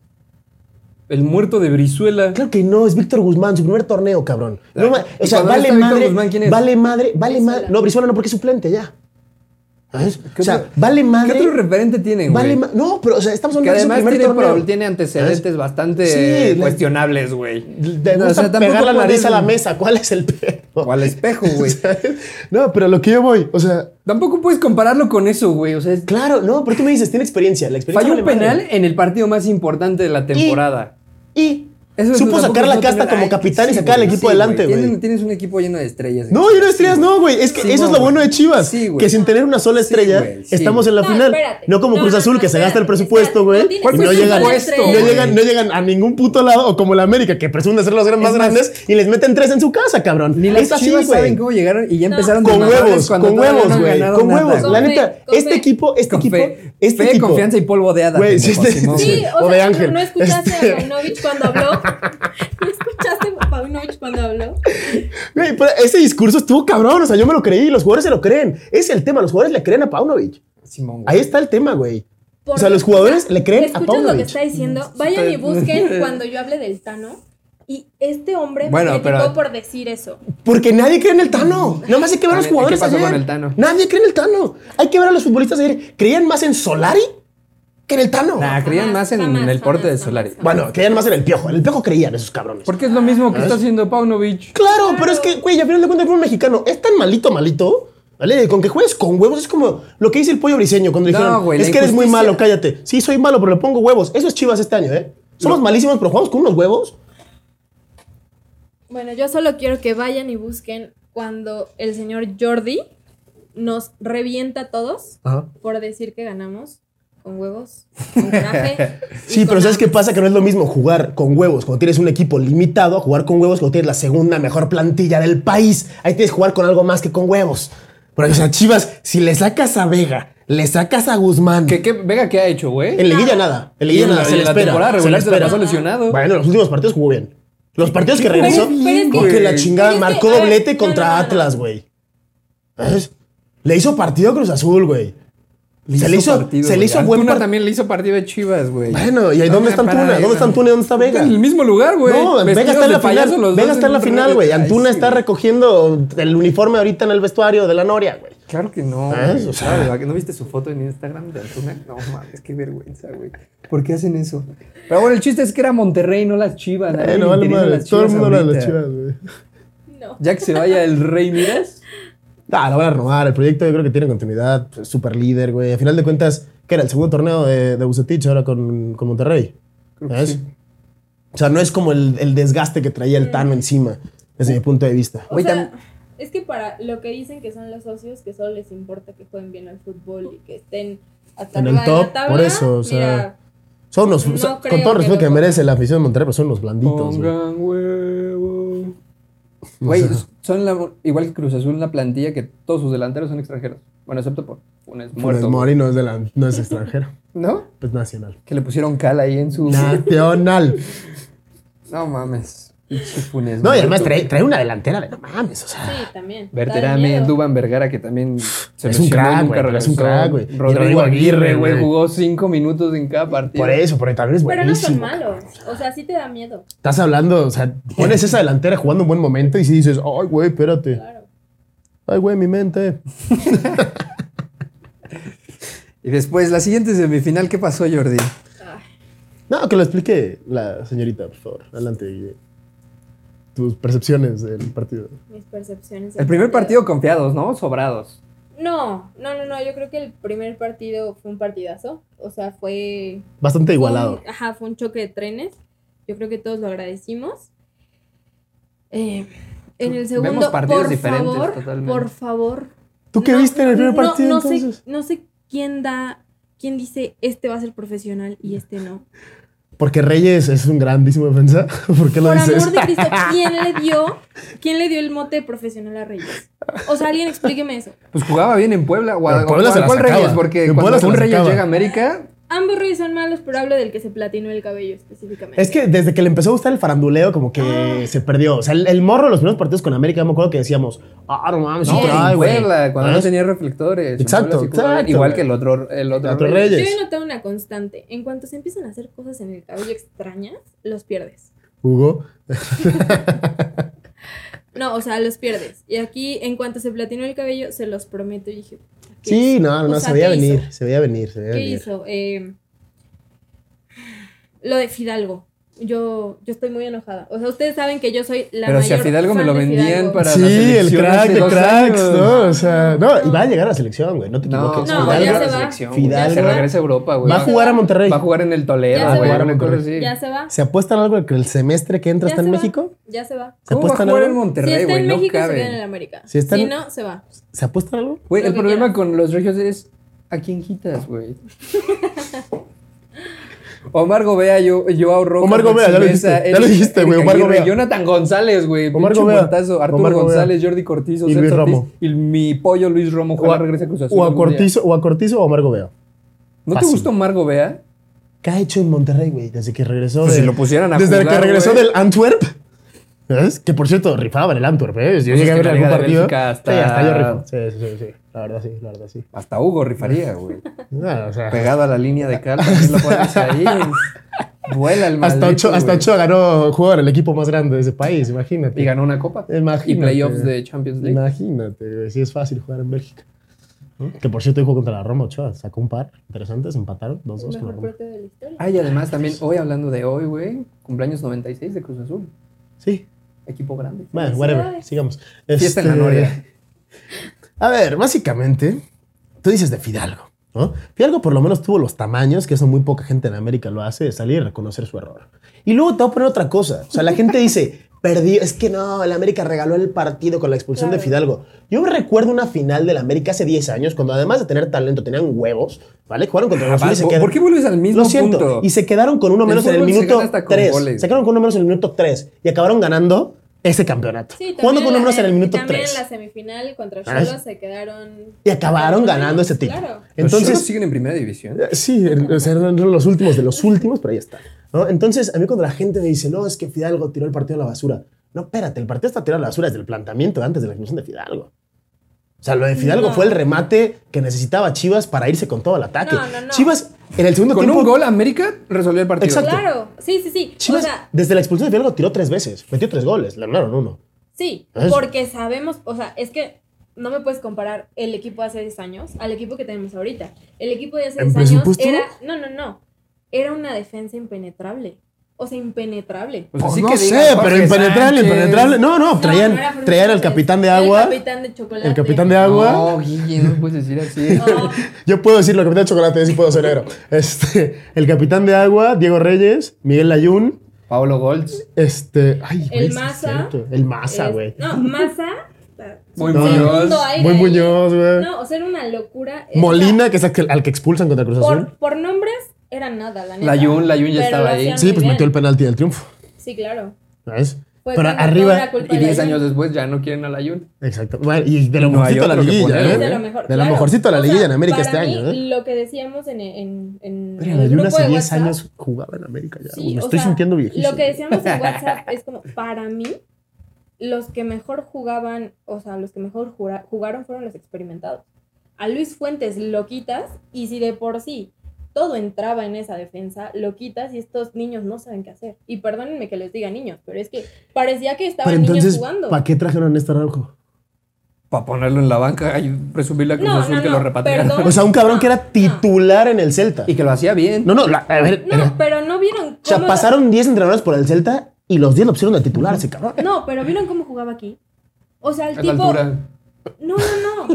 A: El muerto de Brizuela.
B: Claro que no, es Víctor Guzmán, su primer torneo, cabrón. No ma-
A: ¿Y
B: o sea,
A: cuando no
B: vale
A: está Víctor
B: madre,
A: Guzmán, quién es?
B: vale madre, vale
C: Brizuela.
B: madre. No, Brizuela no, porque es suplente ya. ¿sabes?
A: ¿Qué
B: O sea,
A: otro-
B: vale
A: ¿Qué
B: madre.
A: otro referente tienen, güey?
B: vale ma- No, pero o sea, estamos
A: que
B: hablando de su
A: además
B: primer
A: tiene,
B: torneo.
A: pro- tiene antecedentes
B: ¿Sabes?
A: bastante
B: Sí,
A: eh,
B: le-
A: cuestionables, güey.
B: Le
A: No,
B: gusta
A: o sea, tampoco
B: pegar la nariz
A: puedes-
B: a la mesa. ¿Cuál es el pedo?
A: O al espejo,
B: *laughs*
A: güey.
B: ¿Sabes? No, pero lo que yo voy, o sea,
A: Tampoco puedes compararlo con eso, güey. O sea, es-
B: claro, no, pero tú me dices, tiene experiencia. La experiencia
A: falló un
B: vale madre.
A: penal en el partido más importante de la temporada.
B: Y
A: Eso es-
B: supo
A: tampoco
B: sacar la
A: no
B: casta
A: tener-
B: como
A: Ay,
B: capitán y
A: sí,
B: sacar al
A: güey,
B: equipo
A: sí,
B: adelante, güey.
A: Tienen- Tienes un equipo lleno de estrellas.
B: No, yo no estrellas, no, güey. Es que
A: Este, Sí,
B: eso es
A: güey.
B: lo bueno de Chivas.
A: Sí, güey.
B: que sin tener una sola
A: Sí,
B: estrella,
A: güey, sí,
B: estamos en la
C: No,
B: final.
C: espérate.
B: No como
C: No,
B: Cruz
C: no,
B: Azul,
C: no,
B: que se gasta el
C: espérate,
B: presupuesto,
C: espérate.
B: güey.
C: No tienes
A: ¿Cuál
B: y
A: fue
B: no
A: su
B: llegan,
A: presupuesto,
B: no,
A: güey?
B: llegan, no llegan a ningún puto lado. O como la América, que presume ser los gran- más
A: Es más,
B: grandes y les meten tres en su casa, cabrón.
A: Ni las
B: es así,
A: chivas saben
B: güey.
A: cómo llegaron y ya
C: No.
A: empezaron de
B: Con
A: mamones
B: huevos,
A: cuando
B: con
A: todavía no
B: huevos,
A: han
B: güey.
A: ganado
B: Con
A: nada,
B: huevos. La
A: güey.
C: Con
B: neta,
C: fe, con
B: este
C: fe.
B: equipo, este
A: Con
B: equipo,
A: fe,
B: este
A: fe,
B: equipo.
A: confianza y polvo de hada.
B: Güey,
A: tenemos,
B: sí, sí,
A: Simón,
B: sí.
A: güey.
C: Sí, o,
B: O de
C: sea, no-
B: Ángel.
C: No, escuchaste
B: Este-
C: a Paunovic cuando
B: *laughs*
C: habló. ¿No escuchaste a Paunovic cuando habló?
B: Güey, pero ese discurso estuvo cabrón. O sea, yo me lo creí. Los jugadores se lo creen. Es el tema. Los jugadores le creen a Paunovic.
A: Simón, güey.
B: Ahí está el tema, güey.
C: Por-
B: O sea, los jugadores le creen a
C: ¿escuchas lo
B: Paunovic?
C: que está
A: Mm,
C: diciendo? Vayan
A: *laughs*
C: y busquen cuando yo hable del Tano. Y este hombre
A: Bueno,
C: me criticó
A: pero-
C: por decir eso.
B: Porque nadie cree en el Tano. Nada más hay que ver a los
A: A ver, ¿y
B: jugadores
A: qué pasó
B: ayer.
A: con el Tano?
B: Nadie cree en el Tano. Hay que ver a los futbolistas ayer. Creían más en Solari que en el Tano.
A: Nah, creían más
C: Jamás,
A: en
C: jamás,
A: el porte
C: jamás,
A: de
C: jamás,
A: Solari.
C: jamás.
B: Bueno, creían más en el Piojo. En el Piojo creían esos cabrones.
A: Porque es lo mismo que
B: ¿Ah?
A: está haciendo Paunovic.
B: Claro, pero es que, güey, al final de cuentas fue un mexicano. Es tan malito, malito. ¿Vale? Con que juegues con huevos es como lo que dice el pollo briseño cuando
A: No,
B: dijeron,
A: güey, la
B: es que eres muy
A: injusticia-
B: malo, cállate. Sí, soy malo, pero le pongo huevos. Eso es chivas este año, ¿eh? Somos malísimos, pero jugamos con unos huevos.
C: Bueno, yo solo quiero que vayan y busquen cuando el señor Jordi nos revienta a todos
B: Ajá.
C: por decir que ganamos
B: *laughs*
C: con huevos, con coraje. y
B: Sí,
C: con
B: pero ¿sabes qué
C: hambre.
B: pasa? Que no es lo mismo jugar con huevos cuando tienes un equipo limitado a jugar con huevos cuando tienes la segunda mejor plantilla del país. Ahí tienes que jugar con algo más que con huevos. Porque, o sea, Chivas, si le sacas a Vega, le sacas a Guzmán.
A: ¿Qué, qué, Vega, ¿qué ha hecho, güey?
B: En
C: Ah.
B: Liguilla nada. En Liguilla
A: Y en
B: nada.
A: la- y
B: se le
A: en la
B: espera.
A: temporada
B: se le
A: regular se la
B: espera.
A: pasó lesionado.
B: Bueno, los últimos partidos jugó bien. Los partidos que
A: Pero es
B: regresó.
A: que- pero es que-
B: o que la chingada
C: pero es que,
B: marcó
C: a ver,
B: doblete
C: no,
B: contra
C: no, no, no.
B: Atlas, güey. ¿Sabes? Le hizo partido a Cruz Azul, güey. se le hizo-
A: partido,
B: se le
A: güey.
B: hizo
A: Antuna
B: buen par-
A: también le hizo partido a Chivas, güey.
B: Bueno, ¿y ahí dónde está
A: para
B: Antuna?
A: ahí,
B: ¿Dónde está
A: güey.
B: Antuna y dónde está Vega?
A: En el mismo lugar, güey.
B: No, Vega
A: Vestidos
B: está en
A: de
B: la
A: payaso los
B: final. Vega
A: dos
B: está en la
A: un
B: final,
A: torneo.
B: güey.
A: Ay,
B: Antuna
A: sí,
B: está
A: güey.
B: recogiendo el uniforme ahorita en el vestuario de la Noria, güey.
A: Claro que no.
B: Ah,
A: güey.
B: o sea.
A: Claro, ¿No viste su foto en Instagram de Antuna? No mames, qué vergüenza, güey. ¿Por qué hacen eso? Pero bueno, el chiste es que era Monterrey, no las chivas. nadie
B: Eh,
A: le
B: no vale
A: interesa
B: madre.
A: las
B: Todo el
A: Chivas
B: mundo habla de las
A: ahorita.
B: chivas, güey.
C: No.
A: Ya que se vaya el Rey Miras.
B: Ah, la van a robar. El proyecto yo creo que tiene continuidad. pues, Super líder, güey. A final de cuentas, que era el segundo torneo de, de Bucetich ahora con, con Monterrey.
A: Creo que
B: ¿Sabes?
A: sí.
B: O sea, no es como el, el desgaste que traía
C: Mm.
B: el Tano encima, desde mi punto de vista.
C: O
A: Güey,
C: sea,
A: tam-
C: es que para lo que dicen que son los socios, que solo les importa que jueguen bien al fútbol y que estén hasta
B: En el
C: arriba de la
B: top,
C: tabla,
B: por eso, o sea,
C: mira,
B: Son unos,
C: No
B: o sea,
C: creo
B: con todo el
C: que
B: respeto que,
C: lo
B: merece la afición de Monterrey, pero son unos blanditos. güey.
A: Pongan
B: *laughs*
A: huevo. Güey, son la, igual que Cruz Azul, la plantilla que todos sus delanteros son extranjeros. Bueno, excepto por Funes
B: Funes
A: muerto.
B: Mori no es, de la- no es extranjero,
A: ¿No?
B: es nacional.
A: Que le pusieron cal ahí en su.
B: Nacional.
A: No mames. Pinche Funes
B: No, y además
A: muerto.
B: trae, trae una delantera de no mames, o sea.
C: sí, también. da
A: Verterame,
C: miedo.
A: Duban Vergara, que también se
B: Es un
A: lesionó,
B: crack,
A: nunca
B: güey, pero es
A: regresó.
B: un crack, güey. Y
A: Rodrigo Aguirre, güey,
B: güey.
A: jugó cinco minutos en cada partido.
B: Por eso, porque también es
C: Pero
B: buenísimo.
C: no son malos. O sea, sí te da miedo.
B: Estás hablando, o sea, pones esa delantera jugando un buen momento y si dices, ay, güey, espérate.
C: Claro.
B: Ay, güey, mi mente.
A: Y después, la siguiente semifinal, ¿qué pasó, Jordi?
B: No, que lo explique la señorita, por favor. Adelante, Guille. Tus percepciones del partido.
C: Mis percepciones.
A: El primer partido confiados, ¿no? Sobrados.
C: No, no, no, no. Yo creo que el primer partido fue un partidazo. O sea, fue.
B: Bastante
C: fue
B: igualado.
C: un- ajá, fue un choque de trenes. Yo creo que todos lo agradecimos. Eh, en el segundo.
A: Vemos partidos
C: por
A: diferentes,
C: favor,
A: totalmente.
C: Por favor.
B: ¿Tú qué
C: no-
B: viste en el primer
C: no-
B: partido
C: no sé-
B: entonces?
C: no sé quién da. ¿Quién dice este va a ser profesional y este no?
B: Porque Reyes es un grandísimo defensa. *laughs* ¿Por qué *laughs* lo
C: Por
B: dices?
C: amor de
B: *laughs*
C: Cristo, ¿quién le dio? ¿Quién le dio el mote de profesional a Reyes? O sea, alguien explíqueme eso.
A: Pues jugaba bien en Puebla. o a-
B: En Puebla
A: o a-
B: se la
A: ¿Cuál
B: sacaba.
A: Reyes? Porque
B: En Puebla se
A: cuando un
B: la
A: Reyes
B: sacaba.
A: llega a América,
C: Ambos reyes son malos, pero hablo del que se platinó el cabello específicamente.
B: Es que desde que le empezó a gustar el faranduleo, como
C: Ah.
B: que se perdió. O sea, el, el morro de los primeros partidos con América, yo me acuerdo que decíamos, ah, no mames, sí
A: no,
B: trae,
A: en
B: güey.
A: Puebla, cuando no
B: ¿Sabes?
A: tenía reflectores. en
B: Exacto,
A: Puebla sí jugaba bien,
B: exacto,
A: Igual
B: güey.
A: que el otro, el otro,
B: El otro
A: Reyes.
B: Reyes.
C: Yo he notado una constante. En cuanto se empiezan a hacer cosas en el cabello extrañas, los pierdes.
B: Hugo.
C: No, o sea, los pierdes. Y aquí, en cuanto se platinó el cabello, se los prometo. Y dije, ¿Qué
B: Sí,
C: hizo?
B: no, no,
C: O sea,
B: se veía
C: ¿qué hizo?
B: venir, se veía venir, se veía
C: ¿Qué
B: venir.
C: hizo? Eh, lo de Fidalgo. Yo, yo estoy muy enojada. O sea, ustedes saben que yo soy la
A: Pero
C: mayor
A: si a Fidalgo me
C: fan
A: lo
C: de
A: vendían
C: Fidalgo.
A: para la
B: Sí, el
A: selección
B: crack
A: hace
B: de
A: dos
B: cracks,
A: años.
B: ¿no? O sea, no, y
C: No.
B: va a llegar a la selección, güey, no te
A: No,
B: equivoques.
C: No,
A: va a
C: ya
A: llegar
C: se
A: a la
C: va.
A: selección, güey.
B: Fidalgo.
A: Se regresa a Europa, güey.
B: va a jugar a Monterrey.
A: Va a jugar en el Toledo,
C: Ya se
A: güey.
C: va.
A: una cosa así.
C: Ya se va.
B: ¿Se apuestan algo de que el semestre que entra
C: Ya
B: está
C: se
B: en
C: va,
B: México?
C: Ya se va.
B: ¿Se
A: ¿Cómo va a
B: apuestan
A: jugar en
B: algo?
C: si
A: Monterrey,
C: está
A: güey?
C: en
A: No
C: México, se queda en el
A: cabe.
C: América.
B: Si
C: Si,
B: está en-
C: no, se va.
B: ¿Se apuestan algo?
A: Güey,
C: Lo
A: el
C: que
A: problema
C: quieras.
A: con los regios es a quién quitas, güey. Omar Gobea, yo, Joao Rojas.
B: Omar Gobea, ya lo
A: Maxi Mesa,
B: dijiste, ya
A: Eric
B: lo dijiste, güey,
A: Aguirre,
B: Omar Gobea.
A: Jonathan González, güey.
B: Omar
A: pinche
B: Gobea,
A: muertazo, Arturo
B: Omar Gobea.
A: González, Jordi Cortizo,
B: Y Luis
A: Celso Ortiz,
B: Romo.
A: Y mi pollo Luis Romo,
B: O a,
A: ojalá regrese a Cruz Azul
B: o a
A: algún día.
B: Cortizo, o a Cortizo o a Margo Veo.
A: ¿No te
B: Fácil.
A: gustó Omar Gobea?
B: ¿Qué ha hecho en Monterrey, güey? Desde que regresó
A: Pues
B: de-
A: si lo pusieran a
B: Desde
A: jugar,
B: que regresó
A: güey.
B: del Antwerp. ¿Ves? Que por cierto, rifaban el Antwerp, ¿eh? Yo
A: Pues es
B: llegué
A: que
B: a ver
A: la
B: algún
A: Liga de
B: partido.
A: Bélgica hasta-
B: Sí, hasta yo rifo. Sí, sí, sí, sí. La verdad, sí, la verdad, sí.
A: Hasta Hugo rifaría, güey.
B: No, o sea,
A: Pegado a la línea de cal, también lo pones *laughs* ahí. Vuela el
B: hasta,
A: maldito,
B: Ochoa, hasta
A: güey.
B: Ochoa ganó jugador el equipo más grande de ese país, imagínate.
A: Y ganó una copa.
B: Imagínate.
A: Y playoffs de Champions League.
B: Imagínate, güey, si es fácil jugar en Bélgica. Que por cierto, jugó contra la Roma, Ochoa. Sacó un par interesantes, empataron 2-2 con la
C: Mejor
B: Roma.
C: propio de la historia.
A: Ah, y además también hoy, hablando de hoy, güey, cumpleaños 96 de Cruz Azul.
B: Sí,
A: Equipo grande.
B: bueno, whatever,
C: Felicidades.
B: sigamos.
A: Fiesta en la
B: Este,
A: Noria.
B: A ver, básicamente, tú dices de Fidalgo, ¿no? Fidalgo por lo menos tuvo los tamaños, que eso muy poca gente en América lo hace, de salir y reconocer su error. Y luego te voy a poner otra cosa. O sea, la gente dice, *laughs* perdió, es que no, el América regaló el partido con la expulsión de
C: Claro.
B: Fidalgo. Yo recuerdo una final del América hace 10 años, cuando además de tener talento, tenían huevos, ¿vale? Jugaron contra el Azul y
A: Vas, Ah,
B: se
A: ¿Por
B: quedaron-
A: por qué vuelves al mismo
B: lo siento.
A: punto?
B: Y se quedaron con uno
A: El
B: menos en el
A: fútbol se
B: minuto
A: gana hasta con
B: 3.
A: goles.
B: Se quedaron con uno menos en el minuto 3 y acabaron ganando ese campeonato.
C: Sí, también
B: Jugando con uno
C: la-
B: menos en el minuto
C: También
B: 3.
C: en la semifinal contra
B: Ah, es-
C: Cholos se quedaron.
B: Y acabaron ganando ese título.
C: Claro. Pues
A: Entonces
B: Entonces,
A: Pues, siguen en primera división.
B: eh, sí, en- o sea, eran los últimos de los últimos, pero ahí está. ¿no? Entonces, a mí cuando la gente me dice, no, es que Fidalgo tiró el partido a la basura. No, espérate, el partido está tirado a la basura desde el planteamiento de antes de la expulsión de Fidalgo. O sea, lo de Fidalgo
C: No.
B: fue el remate que necesitaba Chivas para irse con todo el ataque.
C: No, no, no.
B: Chivas, en el segundo
A: Con
B: tiempo.
A: un gol América resolvió el partido.
B: Exacto.
C: Claro. Sí, sí, sí.
B: Chivas,
C: O sea,
B: desde la expulsión de Fidalgo, tiró tres veces. Metió tres goles, le ganaron uno.
C: Sí,
B: ¿Ves?
C: porque sabemos, o sea, es que no me puedes comparar el equipo de hace 10 años al equipo que tenemos ahorita. El equipo de hace
B: ¿En
C: 10 años
B: presupuesto?
C: era, no, no, no, era una defensa impenetrable. O sea, impenetrable.
A: O sea,
B: Pues
A: sí
B: no
A: que digas,
B: sé,
A: Jorge
B: pero impenetrable,
A: Sánchez.
B: impenetrable. No, no, traían,
C: No, no era Fernando
B: traían al
C: Sánchez,
B: capitán de
C: era
B: agua.
C: El capitán de chocolate. Oh,
B: El capitán de agua.
A: No, Guille, no puedes decir
B: *laughs*
A: así.
C: No,
B: Yo puedo decirlo, capitán de chocolate, yo sí puedo
C: *laughs*
B: ser negro. Este, el capitán de agua, Diego Reyes, Miguel Layún,
A: Pablo Golds.
B: este, ay, güey,
C: El
B: sí es
C: Maza.
B: cierto. el Maza,
C: es-
B: güey.
C: No, Masa.
A: Muy
B: No, no.
A: Muñoz.
C: Segundo aire
B: Muy
C: ahí.
B: Muñoz, güey.
C: No, o sea, era una locura. Era-
B: Molina, que es aquel- al que expulsan contra Cruz Azul.
C: Por, por nombres era nada, la neta.
A: Layún, Layún ya
C: Pero
A: estaba
C: lo
A: ahí.
C: hacían
B: Sí,
C: muy
B: pues
C: bien.
B: metió el penalti del triunfo.
C: Sí, claro.
B: ¿Sabes? pero
C: Fue cuando toda
B: arriba.
C: la culpa
A: Y
C: de
A: 10
C: Layún.
A: años después ya no quieren a Layún.
B: Exacto. Bueno, y de lo
A: No hay
B: mejorcito a la
A: otro que
B: liguilla,
A: poner,
B: ¿eh?
A: ¿eh?
C: Es de lo mejor.
B: De lo
C: claro.
B: mejorcito a la
C: O sea,
B: liguilla en América este
C: para
B: año,
C: mí,
B: ¿eh?
C: Lo que decíamos en, en, en
B: Pero
C: el
B: Layún
C: grupo
B: hace
C: de
B: 10
C: WhatsApp,
B: años jugaba en América ya. güey.
C: sí,
B: Me
C: o
B: estoy
C: sea,
B: sintiendo viejísimo.
C: Lo que decíamos en
B: *laughs*
C: WhatsApp es como, para mí, los que mejor jugaban, o sea, los que mejor jura- jugaron fueron los experimentados. A Luis Fuentes lo quitas y si de por sí todo entraba en esa defensa, lo quitas y estos niños no saben qué hacer. Y perdónenme que les diga niños, pero es que parecía que estaban
B: Pero
C: niños
B: entonces,
C: jugando.
B: ¿para qué trajeron a Néstor Araujo?
A: Para ponerlo en la banca y presumirle a Cruz
C: No,
A: Azul
C: no,
A: que
C: no,
A: lo repatriaron.
C: perdón.
B: O sea, un cabrón
C: No,
B: que era
C: no.
B: titular en el Celta.
A: Y que lo hacía bien.
B: No, no, la- a ver. era-
C: No, pero no vieron
B: o sea,
C: cómo-
B: pasaron 10 entrenadores por el Celta y los 10 lo pusieron de titular, ese cabrón.
C: No, pero ¿vieron cómo jugaba aquí? O sea, el
A: a esa
C: tipo...
A: altura.
C: No, no, no.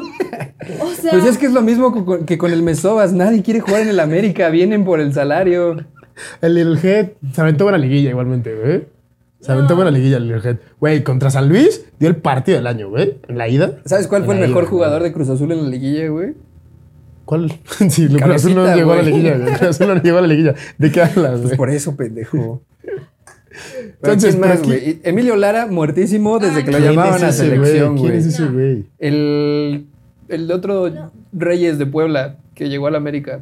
C: O sea,
A: Pues es que es lo mismo co- con- que con el Mesobas. Nadie quiere jugar en el América. *laughs* Vienen por el salario.
B: El Little Head se aventó buena liguilla igualmente, güey. Se aventó
C: No.
B: buena liguilla el Little Head. Güey, contra San Luis dio el partido del año, güey. En la ida.
A: ¿Sabes cuál fue el
B: En la
A: mejor
B: ida.
A: jugador de Cruz Azul en la liguilla, güey?
B: ¿Cuál? *laughs* Sí, el Cruz Azul no
A: Cabecita,
B: llegó a la
A: güey. Pues
B: liguilla, güey. El Cruz Azul no llegó a la liguilla. ¿De qué hablas, güey?
A: Por eso, *laughs* pendejo.
B: Entonces,
A: Entonces, más,
B: pero aquí-
A: güey? Emilio Lara, muertísimo desde
C: Ah,
A: que lo
B: ¿Quién
A: llamaban
B: es
A: a
B: ese,
A: selección,
B: ¿Quién
A: güey.
B: es ese,
C: No.
B: güey?
A: El, el otro Reyes de Puebla que llegó a la América.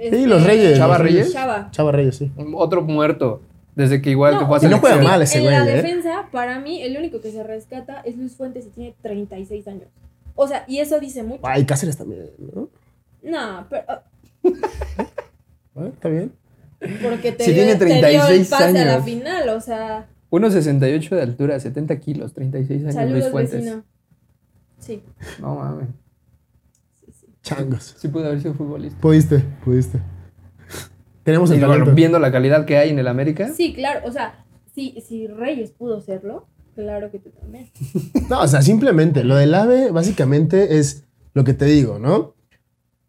B: Sí, los Reyes.
A: ¿Chava
B: los
A: Reyes?
C: este, Chava.
B: Chava Reyes, sí.
A: Otro muerto. Desde que igual que fue a
C: o sea,
B: no juega
A: selección.
B: mal ese
C: en
B: güey,
C: la
B: ¿eh?
C: defensa, para mí, el único que se rescata es Luis Fuentes y tiene 36 años. O sea, y eso dice mucho.
B: Ay, Cáceres también, ¿no?
C: No, pero ah,
A: ¿Eh?
B: Ah, Está bien.
C: porque te,
A: Si
C: dio,
A: tiene
C: te dio el
A: 36
C: pase a la
A: años.
C: final, o sea,
A: 1.68 de altura, 70 kilos, 36 años Luis
C: saludos
A: Fuentes.
C: vecino. Sí,
A: No mames.
C: sí, sí.
B: Changos.
A: Sí pudo haber sido futbolista.
B: Pudiste, pudiste. *laughs* Tenemos el
A: Y bueno,
B: talento.
A: viendo la calidad que hay en el América.
C: Sí, claro, o sea, si, si Reyes pudo serlo, claro que tú también.
B: No, o sea, simplemente lo del AVE básicamente es lo que te digo, ¿no?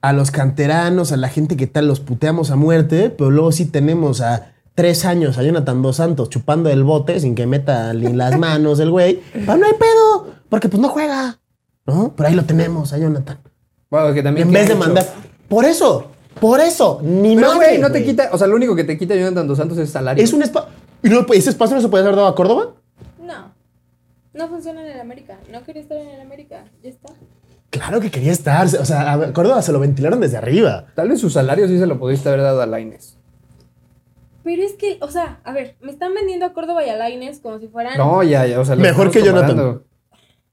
B: A los canteranos, a la gente que tal, los puteamos a muerte, pero luego sí tenemos a tres años a Jonathan Dos Santos chupando el bote sin que meta ni las manos el
A: *laughs*
B: güey. Pero no hay pedo, porque pues no juega, ¿no? Por ahí lo tenemos a Jonathan.
A: Bueno, que también
B: En
A: ¿qué
B: vez
A: ha
B: de
A: hecho?
B: mandar... Por eso, por eso, ni
A: Pero,
B: madre,
A: güey, no te
B: güey.
A: quita. O sea, lo único que te quita Jonathan Dos Santos es salario.
B: Es un espacio... ¿Ese espacio no se puede haber dado a Córdoba?
C: No, no funciona en el América. No quería estar en el América, ya está.
B: Claro que quería estar. O sea, a Córdoba se lo ventilaron desde arriba.
A: Tal vez su salario sí se lo pudiste haber dado a Laines.
C: Pero es que, o sea, a ver, me están vendiendo a Córdoba y a Laines como si fueran.
A: No, ya, ya. O sea, lo
B: Mejor
A: estamos
B: que Jonathan.
A: comparando.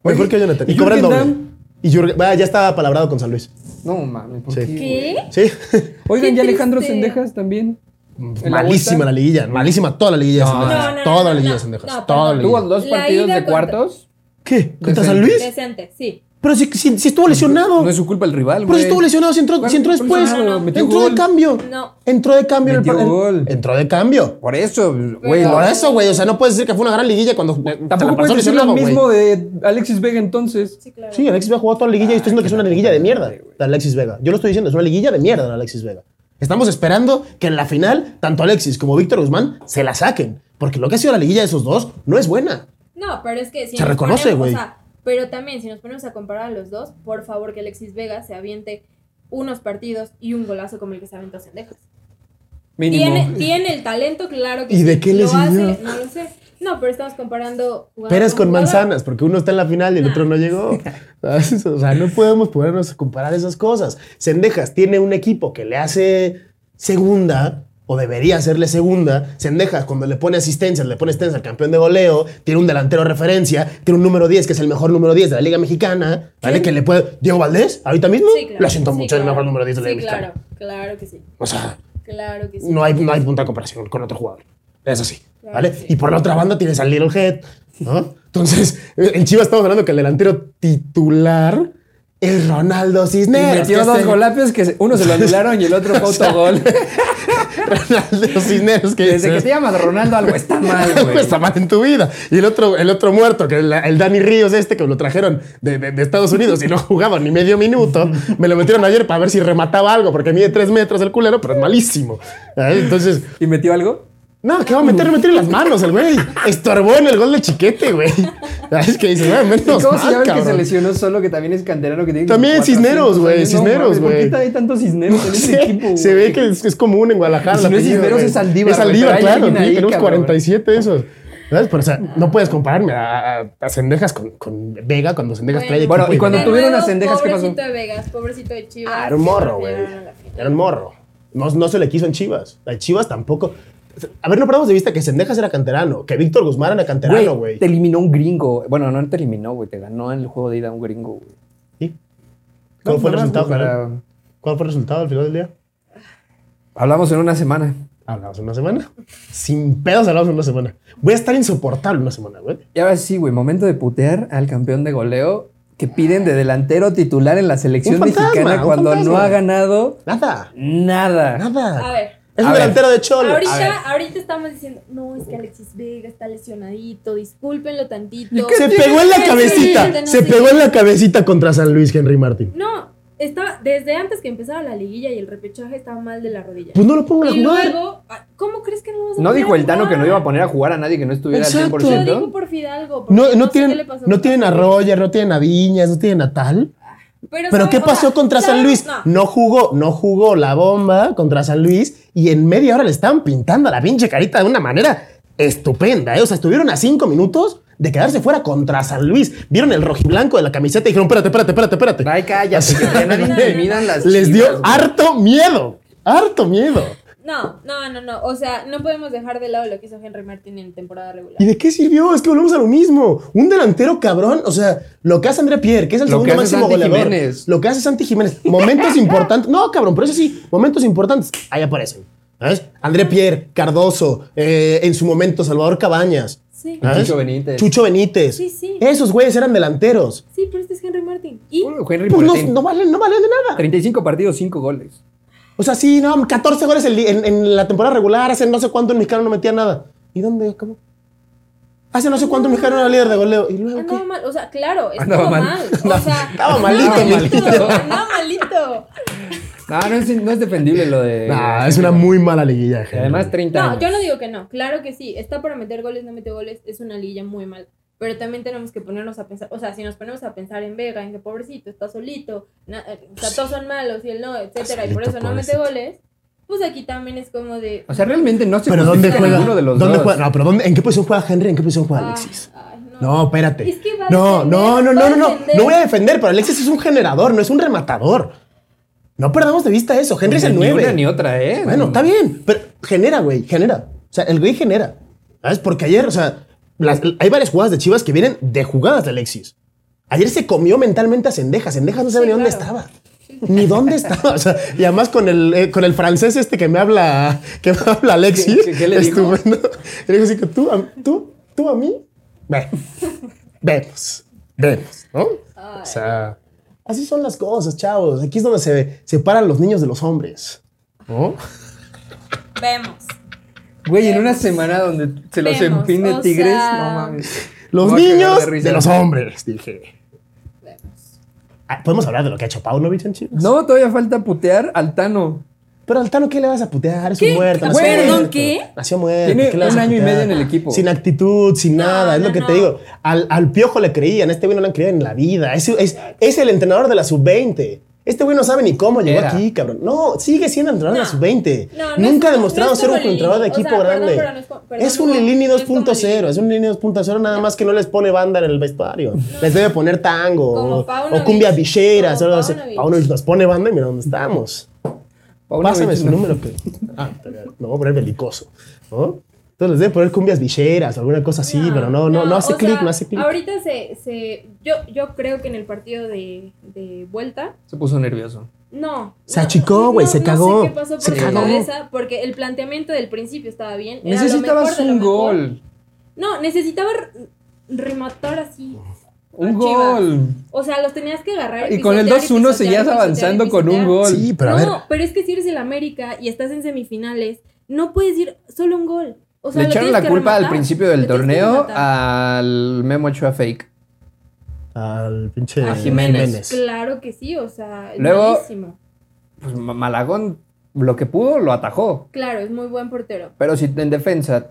B: Mejor
A: Oye,
B: que Jonathan. Y
A: ¿y
B: cobra el
A: Jürgen
B: doble. Y Jürgen- va, ya estaba palabrado con San Luis.
A: No, mames. ¿por
B: Sí.
A: qué, güey?
C: ¿Qué?
B: Sí.
A: Oigan,
C: Qué
A: ya Alejandro
C: triste.
A: Sendejas también. En la
B: Malísima
A: vuelta.
B: la liguilla. Malísima toda la liguilla de
A: No,
B: Sendejas.
C: no, no,
B: toda
C: no,
B: la liguilla
C: no,
B: de Sendejas.
C: no,
B: toda la
C: perdón.
A: Tuvo
B: liguilla.
A: dos
C: La
A: partidos
C: ida
A: de
C: contra-
A: cuartos.
B: ¿Qué? ¿Contra
A: Defensa.
B: San Luis?
C: Decente, sí.
B: Pero si, si- si estuvo lesionado.
A: No es su culpa el rival,
B: Pero
A: güey.
B: si estuvo lesionado, si entró,
A: ¿Cuál-
B: si entró
A: cuál
B: después.
A: lesionado? Metió
B: Entró de
A: gol.
B: cambio.
C: No.
B: Entró de cambio en el
A: Metió
B: par- en-
A: gol.
B: Entró de cambio.
A: Por eso, güey.
C: Pero-
B: Por eso, güey. O sea, no puedes decir que fue una gran liguilla cuando. se la
A: Tampoco
B: pasó
A: puedes decir lo
B: lesionado, güey.
A: mismo de Alexis Vega entonces.
C: Sí, claro.
B: Sí, Alexis Vega jugó toda la liguilla y estoy diciendo que es una liguilla de mierda. de Alexis Vega. Yo lo estoy diciendo, es una liguilla de mierda de Alexis Vega. Estamos esperando que en la final, tanto Alexis como Víctor Guzmán se la saquen. Porque lo que ha sido la liguilla de esos dos no es buena.
C: No, pero es que si
B: Se
C: nos
B: reconoce,
C: ponemos
B: güey.
C: a- pero también, si nos ponemos a comparar a los dos, por favor que Alexis Vega se aviente unos partidos y un golazo como el que se aventó Sendejas. ¿Tiene,
A: Mínimo.
C: tiene el talento, claro que
B: ¿Y de
C: sí.
B: qué le
C: lo
B: sirvió?
C: hace, no lo sé. No, pero estamos comparando. jugador
B: Peras con
C: jugador.
B: manzanas, porque uno está en la final y el otro no
C: *laughs*
B: llegó. ¿Sabes? *laughs* O sea, no podemos ponernos a comparar esas cosas. Sendejas tiene un equipo que le hace segunda, o debería hacerle segunda. Sendejas, cuando le pone asistencia, le pone asistencia al campeón de goleo, tiene un delantero referencia, tiene un número 10 que es el mejor número 10 de la Liga Mexicana. ¿Vale? Que le puede. Diego Valdés, ahorita mismo,
C: Sí, claro.
B: lo siento
C: Sí,
B: mucho, es el
C: claro.
B: mejor número 10 de la
C: Sí,
B: Liga
C: claro,
B: Mexicana.
C: claro que sí.
B: O sea,
C: Claro que sí.
B: no hay, no hay punta de comparación con otro jugador. Es así.
C: Claro,
B: ¿Vale?
C: sí.
B: Y por la otra banda tienes al Little Head, ¿no? Entonces, en Chivas estamos hablando que el delantero titular es Ronaldo
A: Y
B: Cisneros. que
A: metió
B: es
A: dos
B: el-
A: golapes que se- uno se lo anularon y el otro fue autogol.
B: *laughs* Ronaldo Cisneros, que
A: Desde que
B: es- *laughs*
A: te llamas Ronaldo algo está mal,
B: algo
A: güey.
B: está mal en tu vida. Y el otro, el otro muerto, que la- el, Dani Ríos este, que lo trajeron de, de- de Estados Unidos y no jugaba ni medio minuto, me lo metieron ayer para ver si remataba algo, porque mide tres metros el culero, pero es malísimo. ¿Vale? Entonces,
A: ¿Y metió algo?
B: No, que va a meter, meter las manos el güey. Estorbó en el gol de chiquete, güey. Ah, Es que dice, güey, menos
A: ¿Cómo se
B: mal,
A: llama el que se
B: cabrón.
A: lesionó solo que también es canterano que tiene
B: También
A: 400
B: Cisneros, güey,
A: años? No
B: Cisneros,
A: mames,
B: güey.
A: ¿Por qué hay tantos Cisneros en ese
B: Sí,
A: equipo? güey?
B: se ve que es, es común en Guadalajara.
A: Y si
B: el
A: no es
B: apellido,
A: Cisneros,
B: güey.
A: es Saldívar,
B: Es
A: güey,
B: Saldívar,
A: pero hay
B: claro.
A: alguien
B: Aquí
A: ahí,
B: tenemos
A: cabrón.
B: 47 de esos. ¿Sabes? Pero, o sea, no puedes compararme a, a, a Cendejas con, con Vega cuando Cendejas
C: Bueno,
B: trae equipo.
A: Bueno, y cuando
B: de-
A: tú- tuvieron
C: Luego,
A: las Cendejas, ¿qué pasó?
C: Pobrecito de Vegas, pobrecito de Chivas.
B: Ah, era un morro,
C: que
B: güey.
C: llegaron a la final.
B: Era un morro. No, no se le quiso en Chivas. A Chivas tampoco. A ver, no perdamos de vista que Cendejas era canterano, que Víctor Guzmán era canterano, güey.
A: Te eliminó un gringo. Bueno, no te eliminó, güey. Te ganó en el juego de ida un gringo, güey.
B: ¿Sí? ¿Cuál
A: No,
B: fue el
A: nada más,
B: resultado
A: güey,
B: final?
A: para-
B: ¿Cuál fue el resultado al final del día?
A: Hablamos en una semana.
B: Hablamos en una semana. Sin pedos hablamos en una semana. Voy a estar insoportable una semana, güey.
A: Y ahora sí, güey, momento de putear al campeón de goleo que piden de delantero titular en la selección
B: Un fantasma,
A: mexicana
B: un
A: cuando no
B: fantasma.
A: ha ganado
B: Nada.
A: nada.
B: Nada.
C: A ver.
B: Es
A: A
B: un
A: ver.
B: delantero de Cholo. A ver.
C: Ahorita, ahorita estamos diciendo, no, es que Alexis Vega está lesionadito, discúlpenlo tantito.
B: Se pegó en la
C: Es
B: cabecita.
C: suficiente,
B: Se
C: no sé
B: pegó
C: qué.
B: en la cabecita contra San Luis Henry Martín.
C: No, estaba, desde antes que empezaba la liguilla y el repechaje estaba mal de la rodilla.
B: Pues no lo pongan a
C: y
B: jugar.
C: luego, ah, ¿cómo crees que no vamos a
A: No
C: poner
A: dijo
C: a
A: el Tano que no
C: jugar?
A: iba a poner a jugar a nadie que no estuviera
B: Exacto.
A: al
C: Lo
A: 100%.
C: dijo por Fidalgo. porque
B: No, no
C: sé qué le
B: tienen,
C: pasó
B: no
C: con
B: tienen a
C: Fidalgo.
B: Roger, no tienen a Viñas, no tienen a Tal.
C: Pero,
B: Pero
C: sabe-
B: ¿qué
C: o
B: pasó
C: sea,
B: contra San
C: sabe-
B: Luis?
C: no.
B: No jugó, no jugó la bomba contra San Luis y en media hora le estaban pintando a la pinche carita de una manera estupenda. ¿eh? O sea, estuvieron a cinco minutos de quedarse fuera contra San Luis. Vieron el rojiblanco de la camiseta y dijeron, espérate, espérate, espérate, espérate.
A: Ay, cállate, que ya nadie intimidan las
B: Les dio
A: chivas, güey.
B: harto miedo, harto miedo.
C: No, no, no, no. O sea, no podemos dejar de lado lo que hizo Henry Martin en temporada regular.
B: ¿Y de qué sirvió? Es que volvemos a lo mismo. Un delantero cabrón, o sea, lo que hace André Pierre, que es el
A: Lo que
B: segundo
A: hace
B: máximo
A: Santi
B: goleador.
A: Jiménez.
B: Lo que hace Santi Jiménez.
A: *laughs*
B: Momentos importantes. No, cabrón, pero eso sí, momentos importantes. Ahí aparecen. ¿Sabes? André Pierre, Cardoso, eh, en su momento Salvador Cabañas.
C: Sí.
B: ¿Ah?
A: Chicho Benítez.
B: Chucho Benítez.
C: Sí, sí.
B: Esos güeyes eran delanteros.
C: Sí, pero este es Henry Martin. Y
A: Uh, Henry
B: Pues no,
A: Martín.
B: no valen, no valen de nada.
A: 35 partidos, 5 goles.
B: O sea, sí, no, 14 goles el di- en, en la temporada regular, hace no sé cuánto el mexicano no metía nada. ¿Y dónde acabó? Hace no sé cuánto el mexicano era líder de goleo. ¿Y luego
C: andaba
B: qué?
C: mal. O sea, claro,
A: Andaba
C: estaba mal.
A: mal.
C: O sea,
B: *laughs* Estaba malito,
A: malito.
C: *laughs* Andaba malito.
A: No, no es, no es defendible lo de.
B: Nah, es una muy mala
A: Eh,
B: liguilla,
A: Y
B: gente.
A: además 30
C: No,
A: años.
C: yo no digo que no. Claro que sí. Está para meter goles, no mete goles. Es una liguilla muy mal. Pero también tenemos que ponernos a pensar. O sea, si nos ponemos a pensar en Vega, en que pobrecito, está solito. na- eh, o sea, todos son malos y él no, etcétera. y por
B: Solito,
C: eso no mete
B: pobrecito.
C: goles. Pues aquí también es como de.
A: O sea, realmente no se
B: Pero ¿dónde
A: justifica
B: juega?
A: ninguno de los
B: ¿Dónde
A: dos.
B: juega? No, pero ¿dónde- ¿en qué posición juega Henry? ¿En qué posición juega
C: ah,
B: Alexis?
C: ay,
B: No, espérate.
C: Es que va a
B: no,
C: defender,
B: no, no,
C: va
B: no,
C: a
B: no, no.
C: defender.
B: No voy a defender, pero Alexis es un generador, no es un rematador. No perdamos de vista eso. Henry es el
A: Ni una
B: 9.
A: ni otra, ¿eh?
B: Bueno, está bien, pero genera, güey, genera. O sea, el güey genera. ¿Sabes? Porque ayer, o sea, las- hay varias jugadas de Chivas que vienen de jugadas de Alexis. Ayer se comió mentalmente a Sendejas. Sendejas no sabía
C: Sí,
B: ni dónde
C: claro.
B: estaba. Ni dónde estaba. O sea, y además con el, eh, con el francés este que me habla, que me habla Alexis.
A: ¿Qué- qué- qué le dijo?
B: estuvo- ¿no? Le dijo así que tú, a- tú, tú a mí. Ve, vemos, vemos, ¿no? O sea, así son las cosas, chavos. Aquí es donde se separan los niños de los hombres. ¿No?
C: Vemos.
A: Güey, en una semana donde se los
C: Vemos,
A: empine
C: o
A: Tigres,
C: sea-
A: no mames.
B: Los
A: Me voy a cagar
B: niños de,
A: risa.
B: los hombres, dije.
C: Vemos.
B: Ah, Podemos hablar de lo que ha hecho Paunovic en Chivas.
A: No, todavía falta putear al Tano.
B: Pero al Tano, ¿qué le vas a putear? Es
C: ¿Qué?
B: un muerto. nació
A: Güey,
B: muerto.
C: ¿perdón, qué?
B: Nació muerto.
A: Tiene
B: ¿qué le vas
A: un
B: a
A: año y
B: putear?
A: medio en el equipo.
B: Sin actitud, sin
C: No,
B: nada. Es
C: no,
B: lo que
C: no.
B: te digo. Al, al piojo le creían. a Este güey no le han creído en la vida. Es, es, es el entrenador de la sub-20. Este güey no sabe ni cómo llegó
A: Era.
B: aquí, cabrón. No, sigue siendo entrenador
C: No.
B: de la sub-20.
C: No, no
B: Nunca
C: es-
B: ha demostrado
C: no es
B: ser un
C: como Lilini.
B: entrenador de
C: O sea,
B: equipo
C: perdón,
B: grande.
C: pero no es co- perdón,
B: es un
C: no,
B: Lilini
C: no es como
B: 2.0. Es un Lilini 2.0, nada más que no les pone banda en el vestuario. Les debe poner tango
C: Como
B: o,
C: Paunovic.
B: o cumbia villera.
C: Como
B: solo así.
C: Paunovic.
B: Paunovic nos pone banda y mira dónde estamos.
A: Paunovic,
B: Pásame su
A: no.
B: número, pero. Ah, pero me voy a poner belicoso. ¿no? Entonces les debe poner cumbias villeras o alguna cosa así, pero no, no, no hace
C: o
B: clic,
C: sea,
B: no hace clic.
C: Ahorita se, se yo, yo creo que en el partido de, de vuelta,
A: Se puso nervioso.
C: no.
B: Se
C: no,
B: achicó, güey, se
C: No
B: cagó,
C: sé qué pasó por
B: se
C: su
A: cagó.
C: cabeza, porque el planteamiento del principio estaba bien. era lo
A: Necesitabas
C: mejor de lo
A: un
C: mejor.
A: gol.
C: No, necesitaba r- rematar así.
A: Un
C: a
A: gol.
C: Chivas. O sea, los tenías que agarrar.
A: Y con el
C: pisotear,
A: 2-1
C: pisotear,
A: seguías
C: pisotear,
A: avanzando con
C: pisotear.
A: un gol.
B: Sí, pero a
C: no,
B: ver.
C: pero es que si eres el América y estás en semifinales, no puedes ir solo un gol. O sea,
A: Le
C: lo
A: echaron
C: tienes
A: la
C: que
A: culpa al
C: rematar.
A: principio
C: Lo
A: del
C: tienes que
A: torneo
C: rematar.
A: al Memo Ochoa Fake.
B: Al pinche
A: A Jiménez.
C: Claro que sí, o sea, es
A: Luego-
C: malísimo.
A: Pues Ma- Malagón lo que pudo lo atajó.
C: Claro, es muy buen portero.
A: Pero si en defensa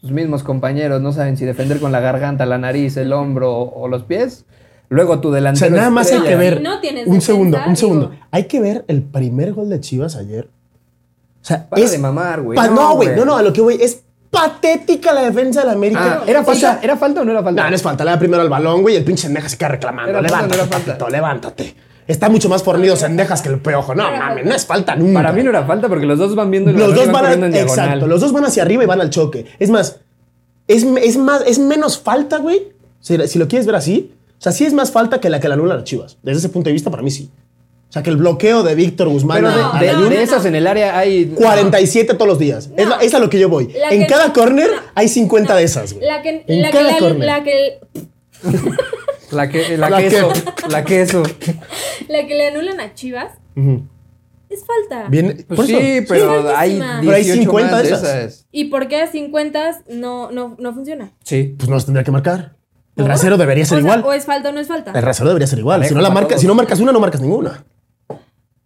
A: tus mismos compañeros no saben si defender con la garganta, la nariz, el hombro o, o los pies, luego tu
B: O
A: delantero.
B: sea, nada más hay
A: estrella-
B: que ver.
C: Si no tienes
B: un
C: defensa,
B: segundo,
C: digo-
B: un segundo. Hay que ver el primer gol de Chivas ayer. O sea,
A: Para
B: es.
A: de mamar, güey.
B: pa- no, güey, no, no, a lo que voy. Es patética la defensa de la América.
A: Ah, ¿era,
B: O
A: falta,
B: sea,
A: ¿Era falta o no era falta?
B: No, no es falta. Le da primero al balón, güey, y el pinche Sendeja se queda reclamando.
A: Era falta, no
B: levántate,
A: era falta.
B: Tito, levántate. Está mucho más fornido Sendejas que el peojo. No,
C: Era
B: mames,
C: falta.
B: no es falta nunca.
A: Para mí no era falta porque los dos van viendo el
B: Los
A: balón y
B: dos van,
A: corriendo en
B: a-
A: diagonal.
B: exacto, los dos van hacia arriba y van al choque. Es más, es, es más, es menos falta, güey. Si, si lo quieres ver así, o sea, sí es más falta que la que la anula a las Chivas. Desde ese punto de vista, para mí sí. O sea, que el bloqueo de Víctor Guzmán
A: Pero
B: a-
C: No,
B: a
A: de, de-
B: Layún,
A: de esas en el área hay.
B: 47 todos los días. Es, la- es a lo que yo voy.
C: La
B: en
C: que-
B: cada córner
C: no.
B: hay 50 de esas, güey.
C: La que,
B: En
C: la que,
B: cada
C: la,
B: córner.
C: la que,
A: La, que, la,
B: La que-
A: queso. la queso.
C: la que le anulan a Chivas
B: Ujú.
C: es falta.
B: Bien,
A: Pues
B: por eso.
A: sí, pero
C: Sí,
A: hay
C: buenísima.
A: 18
B: Pero hay 50
A: más de
B: de esas.
A: esas.
C: ¿Y por qué a 50 no, no, no funciona?
A: Sí.
B: Pues no los tendría que marcar. El
C: ¿Por?
B: rasero debería ser
C: o sea,
B: igual.
C: o es falta o no es falta.
B: El rasero debería ser igual.
A: Parejo
B: Si no, la
A: para
B: marca,
A: todos.
B: si no marcas una, no marcas ninguna.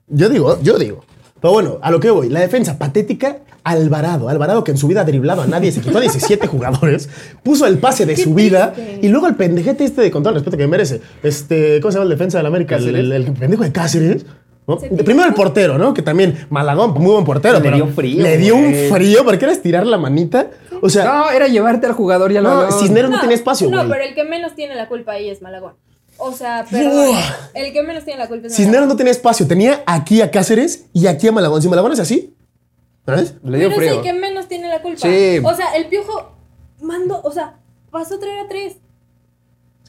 B: Yo digo, yo digo. Pero bueno, a lo que voy. La defensa patética, Alvarado. Alvarado que en su vida driblaba a nadie, se quitó *laughs* a 17 jugadores, puso el pase de
C: Qué
B: su vida
C: triste.
B: y luego el pendejete este, de con todo el respeto que merece, este, ¿cómo se llama el defensa del América? El,
A: Cáceres.
B: el- el pendejo de Cáceres. ¿no?
C: Se tiró.
B: Primero el portero, ¿no? Que también, Malagón, muy buen portero.
A: Le
B: pero
A: dio frío,
B: Le dio un
A: güey.
B: frío, porque era estirar la manita. O sea,
A: No, era llevarte al jugador y al
B: No,
A: balón.
B: Cisneros- pero no tiene espacio,
C: No,
B: güey.
C: pero el que menos tiene la culpa ahí es Malagón. O sea, pero
B: Uah.
C: el que menos tiene la culpa es
B: Cisneros
C: Malagón.
B: no tenía espacio. Tenía aquí a Cáceres y aquí a Malagón. Si Malagón es así, ¿sabes?
A: Le dio
C: pero es
A: frío.
C: el que menos tiene la culpa.
A: Sí.
C: O sea, el piojo mandó, o sea, pasó a traer a tres.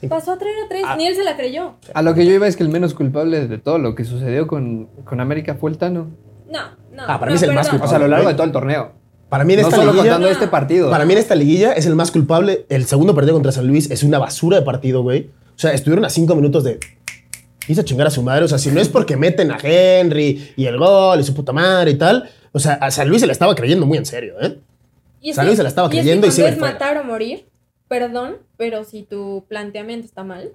B: Sí. Ah.
C: Pasó a traer a tres, ni él se la creyó.
A: A lo que yo iba es que el menos culpable de todo lo que sucedió con, con América fue el Tano.
C: No, no.
B: Ah, para
C: no,
B: mí es el más
C: perdón.
A: O sea, a lo largo
B: Güey.
A: de todo el torneo.
B: Para mí en
A: No
B: esta
A: solo
B: liguilla.
A: contando este partido.
B: Para mí en esta liguilla es el más culpable. El segundo partido contra San Luis es una basura de partido, güey. O sea, estuvieron a cinco minutos de... Hice chingar a su madre. O sea, si no es porque meten a Henry y el gol y su puta madre y tal. O sea, a San Luis se la estaba creyendo muy en serio, ¿eh?
C: Y
B: San Luis se la estaba
C: y es que
B: creyendo y
C: cuando
B: sigue
C: es
B: fuera.
C: matar o morir, perdón, pero si tu planteamiento está mal,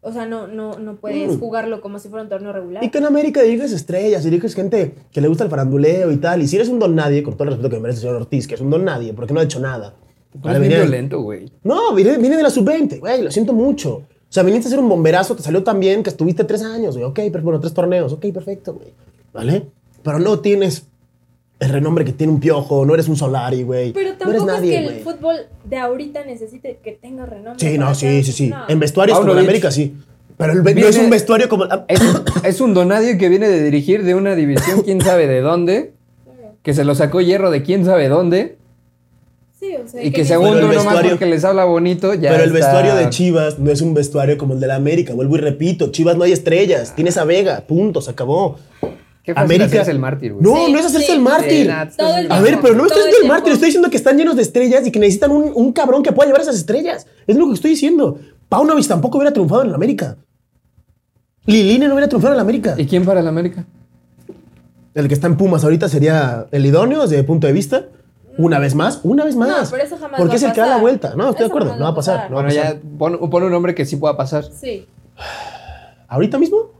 C: o sea, no, no, no puedes
B: Mm.
C: jugarlo como si fuera un torneo regular.
B: Y que en América diriges estrellas, diriges gente que le gusta el faranduleo y tal. Y si eres un don nadie, con todo el respeto que me merece el señor Ortiz, que es un don nadie, porque no ha hecho nada.
A: No, Pues es bien
B: Venía-
A: violento, güey.
B: No, viene, viene de la sub-20, güey, lo siento mucho. O sea, viniste a ser un bomberazo, te salió tan bien que estuviste tres años, güey, ok, pero bueno, tres torneos, ok, perfecto, güey, ¿vale? Pero no tienes el renombre que tiene un piojo, no eres un Solari, güey.
C: pero
B: no eres
C: tampoco
B: nadie,
C: es que
B: güey.
C: el fútbol de ahorita necesite que tenga renombre.
B: Sí,
C: para
B: no,
C: ser-
B: sí, sí, sí.
C: no.
B: En vestuarios como en
A: Paunovic.
B: América, sí. Pero el ve- no
A: Viene-
B: es un vestuario como.
A: Es, es un donadio que viene de dirigir de una división quién sabe de dónde,
C: Claro.
A: que se lo sacó hierro de quién sabe dónde,
C: Sí, o sea,
A: y que
C: ni-
A: según
B: Pero el
A: uno nomás
B: vestuario-
A: porque les habla bonito, ya
B: Pero
A: está-
B: el vestuario de Chivas no es un vestuario como el de la América. Vuelvo y repito, Chivas no hay estrellas, tienes a Vega, punto, se acabó.
A: Qué fácil
B: América-
A: hacerse el mártir, güey.
B: No,
C: Sí,
B: no es hacerse
C: sí.
B: el
A: Sí,
B: mártir.
A: nada,
C: Todo el
A: estás-
B: A
C: tiempo,
B: ver, pero no estoy
C: todo
B: diciendo
C: el
B: el mártir,
C: tiempo.
B: estoy diciendo que están llenos de estrellas y que necesitan un, un cabrón que pueda llevar esas estrellas. Es lo que estoy diciendo. Paunovic tampoco hubiera triunfado en la América. Lilini no hubiera triunfado en la América.
A: ¿Y quién para el América?
B: El que está en Pumas ahorita sería el idóneo desde mi punto de vista. Una vez más, una vez más.
C: pero eso jamás
B: Porque
C: va
B: es
C: a
B: el que da la
C: pasar.
B: vuelta. No, estoy de
C: Eso
B: acuerdo.
C: jamás
B: No va a pasar. no va a
A: Bueno,
B: pasar.
A: ya pon, pon un nombre que sí pueda pasar.
C: Sí,
B: ¿Ahorita mismo?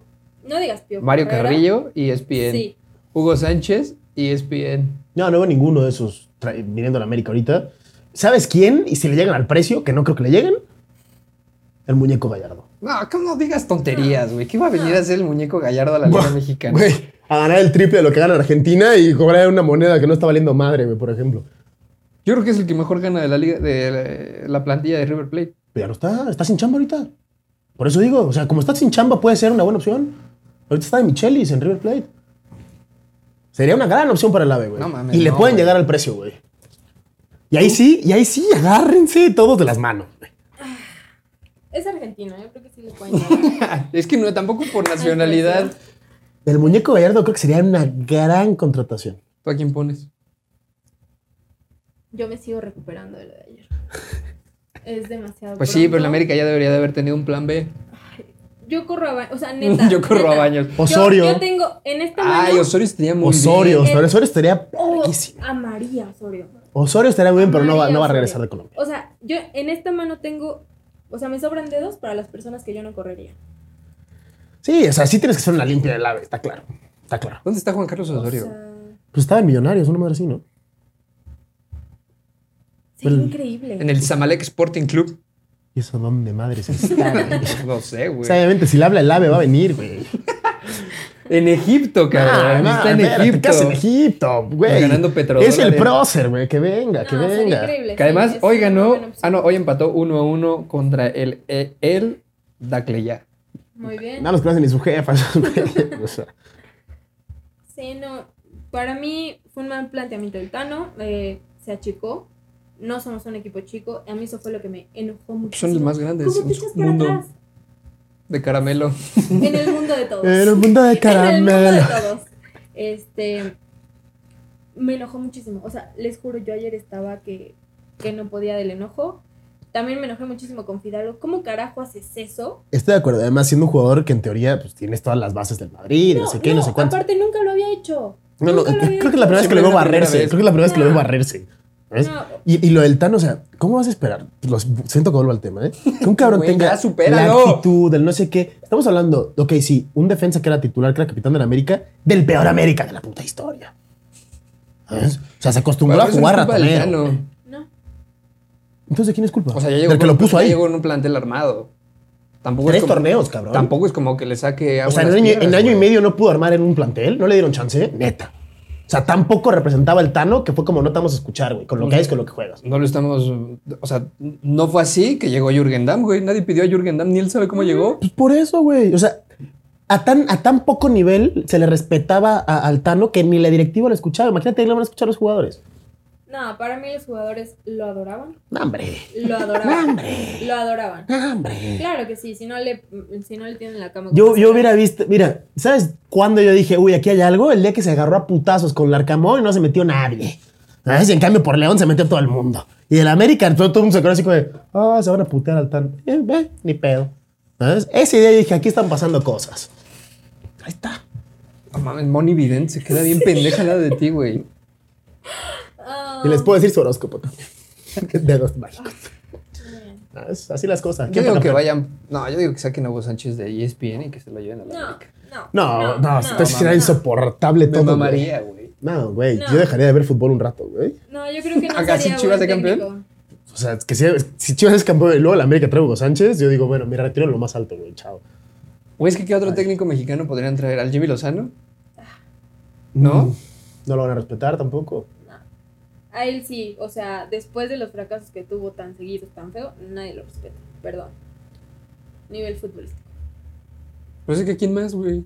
C: no digas piojo.
A: Mario
C: Herrera.
A: Carrillo, ESPN.
C: Sí.
A: Hugo Sánchez, ESPN.
B: No, no veo ninguno de esos tra- viniendo a la América ahorita. ¿Sabes quién? Y si le llegan al precio, que no creo que le lleguen, el muñeco Gallardo.
A: No, ¿cómo digas tonterías, güey? ¿Qué va a venir a hacer el muñeco gallardo a la Liga Mexicana?
B: Güey, a ganar el triple de lo que gana en Argentina y cobrar una moneda que no está valiendo madre, güey, por ejemplo.
A: Yo creo que es el que mejor gana de la liga, de la, la plantilla de River Plate. *laughs*
B: Pero ya no está, está sin chamba ahorita. Por eso digo, o sea, como está sin chamba puede ser una buena opción. Ahorita está de Michelis en River Plate. Sería una gran opción para el AVE, güey.
A: No mames,
B: y le
A: no,
B: pueden
A: güey.
B: llegar al precio, güey. Y ahí sí, y ahí sí, agárrense todos de las manos. güey.
C: Es Argentina, yo creo que sí le
B: *laughs*
C: pueden llegar.
A: es que no, tampoco por
C: pues
A: nacionalidad.
B: El muñeco Gallardo creo que sería una gran contratación.
A: ¿Tú a quién pones?
C: Yo me sigo recuperando de lo de ayer. Es demasiado.
A: Pues sí, pero el
C: pronto.
A: América ya debería de haber tenido un plan B.
C: Yo corro a baños.
A: *laughs*
C: O sea, neta.
A: Yo corro
C: neta.
A: a baños.
C: Yo-
B: Osorio.
C: Yo, tengo en esta mano.
A: Ay, Osorio estaría muy
B: Osorio,
A: bien.
B: Osorio, Osorio estaría
C: Oh,
B: perrísimo.
C: a María Osorio.
B: Osorio estaría muy bien, pero no va,
C: María
B: no va a
C: Osorio.
B: regresar de Colombia.
C: O sea, yo en esta mano tengo. O sea, me sobran dedos para las personas que yo no correría.
B: Sí, o sea, sí tienes que hacer una limpia del AVE, está claro. Está claro.
A: ¿Dónde está Juan Carlos
C: O
A: Osorio?
C: sea,
B: Pues estaba en Millonarios, una madre así, ¿no?
C: sería
B: Pero-
C: increíble.
A: en el Zamalek Sporting Club. *laughs*
B: ¿Y eso dónde madres es?
A: no sé, güey.
B: O sea, obviamente, si le habla el AVE va a venir, güey.
A: en Egipto, cabrón.
B: Ah,
A: está en
B: no, espérate, ¿qué
A: Egipto.
B: hace en Egipto, güey?
A: Ganando petrodólares.
B: Es el prócer, güey, que venga, que
C: No, sería
B: venga.
C: increíble,
A: Que
C: sí, pues
A: además
C: es
A: hoy
C: una
A: ganó.
C: buena opción.
A: Ah, no, hoy empató 1 a 1 contra el, el, el Dacleya.
C: Muy bien.
B: No los conocen ni su jefa. *laughs* esos güeyes, o sea.
C: Sí, no. Para mí fue un mal planteamiento del Tano. eh, se achicó. No somos un equipo chico. A mí eso fue lo que me enojó mucho.
A: Son los más grandes
C: ¿Cómo
A: en
C: te
A: su
C: echas para
A: mundo.
C: atrás?
A: De caramelo.
C: En el mundo de todos.
B: Era un punto de
C: En el
B: caramelo.
C: mundo de todos. Este. Me enojó muchísimo. O sea, les juro, yo ayer estaba que, que no podía del enojo. También me enojé muchísimo con Fidalgo. ¿Cómo carajo haces eso?
B: Estoy de acuerdo. Además, siendo un jugador que en teoría pues, tienes todas las bases del Madrid, no, sé qué, no, sé cuánto.
C: Aparte, nunca lo había hecho.
B: No, no,
C: nunca lo había
B: creo que es la primera vez que
A: Siempre es
B: lo veo
A: la primera
B: barrerse.
A: vez.
B: Creo que es la primera vez que lo veo
C: No.
B: barrerse. ¿Ves?
C: No.
B: Y, y lo del Tano, o sea, ¿cómo vas a esperar? Los, siento que vuelvo al tema, ¿eh? Que un
A: *laughs*
B: cabrón
A: Güey,
B: tenga
A: ya, supéralo.
B: la actitud, el no sé qué. Estamos hablando, ok, sí, un defensa que era titular, que era capitán de la América, del peor América de la puta historia. ¿Sabes? O sea, se acostumbró
A: Bueno,
B: a
A: eso
B: jugar
A: no es culpa del
B: ratonero.
A: Tano.
C: No.
B: Entonces, ¿de quién es culpa?
A: O sea, ya llegó,
B: del que
A: con
B: lo
A: un-
B: puso
A: ya
B: ahí.
A: llegó en un plantel armado. Tampoco es
B: Tres
A: como-
B: torneos, cabrón.
A: Tampoco es como que le saque
B: O
A: agua
B: sea,
A: a
B: en,
A: las
B: año,
A: piedras,
B: en año y
A: güey.
B: medio no pudo armar en un plantel, no le dieron chance, neta. O sea, tampoco representaba el Tano, que fue como no te vamos a escuchar, güey, con lo que hay es con lo que juegas.
A: No lo estamos. O sea, no fue así que llegó Jürgen Damm, güey. Nadie pidió a Jürgen Damm, ni él sabe cómo llegó.
B: Pues por eso, güey. O sea, a tan, a tan poco nivel se le respetaba a- al Tano que ni la directiva lo escuchaba. Imagínate, ahí le van a escuchar los jugadores.
C: No, para mí los jugadores lo adoraban.
B: No, hombre. *laughs*
C: Lo adoraban.
B: ¡Hombre!
C: lo adoraban.
B: no, hombre.
C: Claro que sí, si no le, si no le tienen la cama.
B: Yo,
C: como
B: yo
C: se-
B: hubiera visto, mira, ¿sabes cuándo yo dije, uy, aquí hay algo? El día que se agarró a putazos con Larcamón y no se metió nadie. ¿Sabes? Y en cambio, por León se metió todo el mundo. Y el América, todo, todo el mundo se quedó así como de, ah, se van a putear al tan. Eh, ve, ni pedo. ¿Sabes? Esa idea yo dije, aquí están pasando cosas. Ahí está.
A: No mames, Moni Vident se queda bien pendeja al lado de ti, güey.
B: Y les puedo decir su horóscopo también. *laughs* Dedos mágicos. ¿Sabes? Así las cosas.
A: Yo
B: ¿Quién
A: digo
B: toca
A: que
B: pelo?
A: vayan. No, yo digo que saquen a Hugo Sánchez de E ESPN y que se lo lleven a la
C: No,
A: América.
C: no.
B: No, no,
C: no,
B: esto será insoportable
A: Me
B: todo. güey.
A: mamaría, güey.
B: No, güey,
C: No.
B: yo dejaría de ver fútbol un rato, güey.
C: No, yo creo que no
A: Haga así
C: sería
A: Chivas
C: buen
A: de campeón.
C: técnico.
B: O sea, es que si, si Chivas es campeón y luego la América trae a Hugo Sánchez, yo digo, bueno, mira, retiro lo más alto, güey, chao.
A: Güey, es que ¿qué otro técnico mexicano podrían traer? ¿Al Jimmy Lozano?
B: Ah. Mm.
A: ¿No?
B: No lo van a respetar tampoco.
C: A él sí, o sea, después de los fracasos que tuvo tan seguido, tan feo, nadie lo respeta. Perdón. Nivel futbolístico.
A: Pero es que ¿quién más, güey?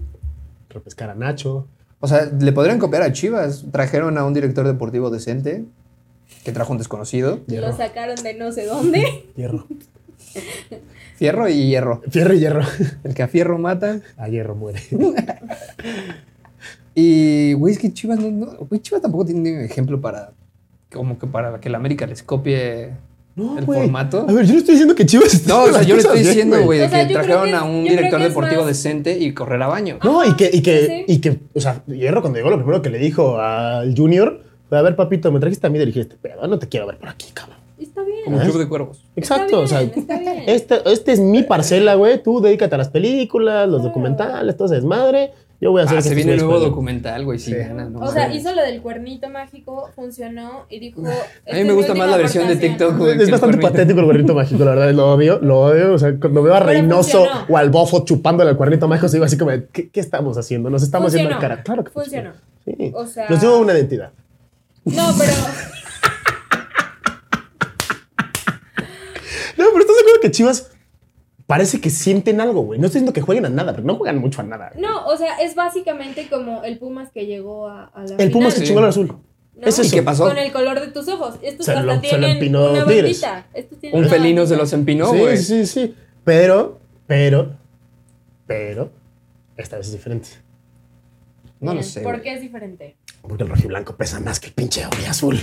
B: Repescar a Nacho.
A: O sea, le podrían copiar a Chivas. Trajeron a un director deportivo decente que trajo un desconocido.
B: Hierro.
C: Lo sacaron de no sé dónde. *laughs*
B: Hierro. *laughs*
A: Fierro y hierro.
B: Fierro y hierro.
A: El que a fierro mata.
B: A
A: *laughs*
B: hierro muere.
A: Y, güey, es que Chivas no, no- güey, Chivas tampoco tiene ejemplo para. Como que para que la América les copie
B: No,
A: el
B: güey.
A: formato.
B: A ver, yo no estoy diciendo que Chivas esté
A: No, o
B: haciendo
A: sea,
B: las *laughs*
A: yo le
B: cosas
A: estoy
B: bien,
A: diciendo, güey, de
C: O sea,
A: que
C: yo creo
A: trajeron
C: que es-
A: a
C: yo
A: un
C: creo
A: director
C: que es
A: deportivo
C: más- Ah.
A: decente y correr a baño.
B: No, y que, y que,
C: Sí.
B: y que, o sea, Hierro cuando llegó lo primero que le dijo al Junior fue, a ver, papito, me trajiste a mí y dirigí este pedo, no te quiero ver por aquí, cabrón.
C: Está bien.
A: Como un club de cuervos.
C: Está
B: Exacto, o sea,
C: bien, está bien.
A: *laughs*
B: este, este es mi parcela, güey, tú dedícate a las películas, los documentales, todo ese desmadre, yo voy a hacer...
A: Ah,
B: que
A: se
B: estos
A: viene el
B: güeyes
A: nuevo
B: jueguen.
A: documental, güey, si
B: Sí.
A: gana, ¿no?
C: O sea, hizo lo del cuernito mágico, funcionó y dijo.
A: A mí me gusta más la versión de TikTok, güey. que
B: Pues, Es
A: el
B: bastante
A: cuernito.
B: patético el cuernito mágico, la verdad, lo odio, lo odio. O sea, cuando veo a
C: Pero
B: Reynoso
C: funcionó.
B: o al bofo chupándole al cuernito mágico, sigo así como, de, ¿qué, qué estamos haciendo? Nos estamos haciendo
C: Funcionó.
B: el cara. Claro que
C: Funcionó.
B: Sí.
C: O sea-
B: Nos dio una identidad.
C: No, pero.
B: No, pero ¿estás de acuerdo que Chivas parece que sienten algo, güey? No estoy diciendo que jueguen a nada, pero no juegan mucho a nada.
C: No, o sea, es básicamente como el Pumas que llegó a, a la.
B: El Pumas
C: final,
B: se
A: Sí.
B: chingó al azul.
C: ¿no?
B: Es
A: ¿Y
B: eso.
A: qué pasó?
C: Con el color de tus ojos. Estos
B: Se
C: hasta
B: lo- se lo
C: tienen
B: empinó
C: una
B: Tigres.
C: bandita. Estos tienen
A: Un
C: una
A: felino se
C: bandita.
A: los empinó,
B: sí,
A: güey.
B: sí, sí. Pero, pero, pero, esta vez es diferente.
A: No lo
C: Bien,
A: sé.
C: ¿Por
A: güey.
C: qué es diferente?
B: Porque el rojiblanco pesa más que el pinche oro y azul.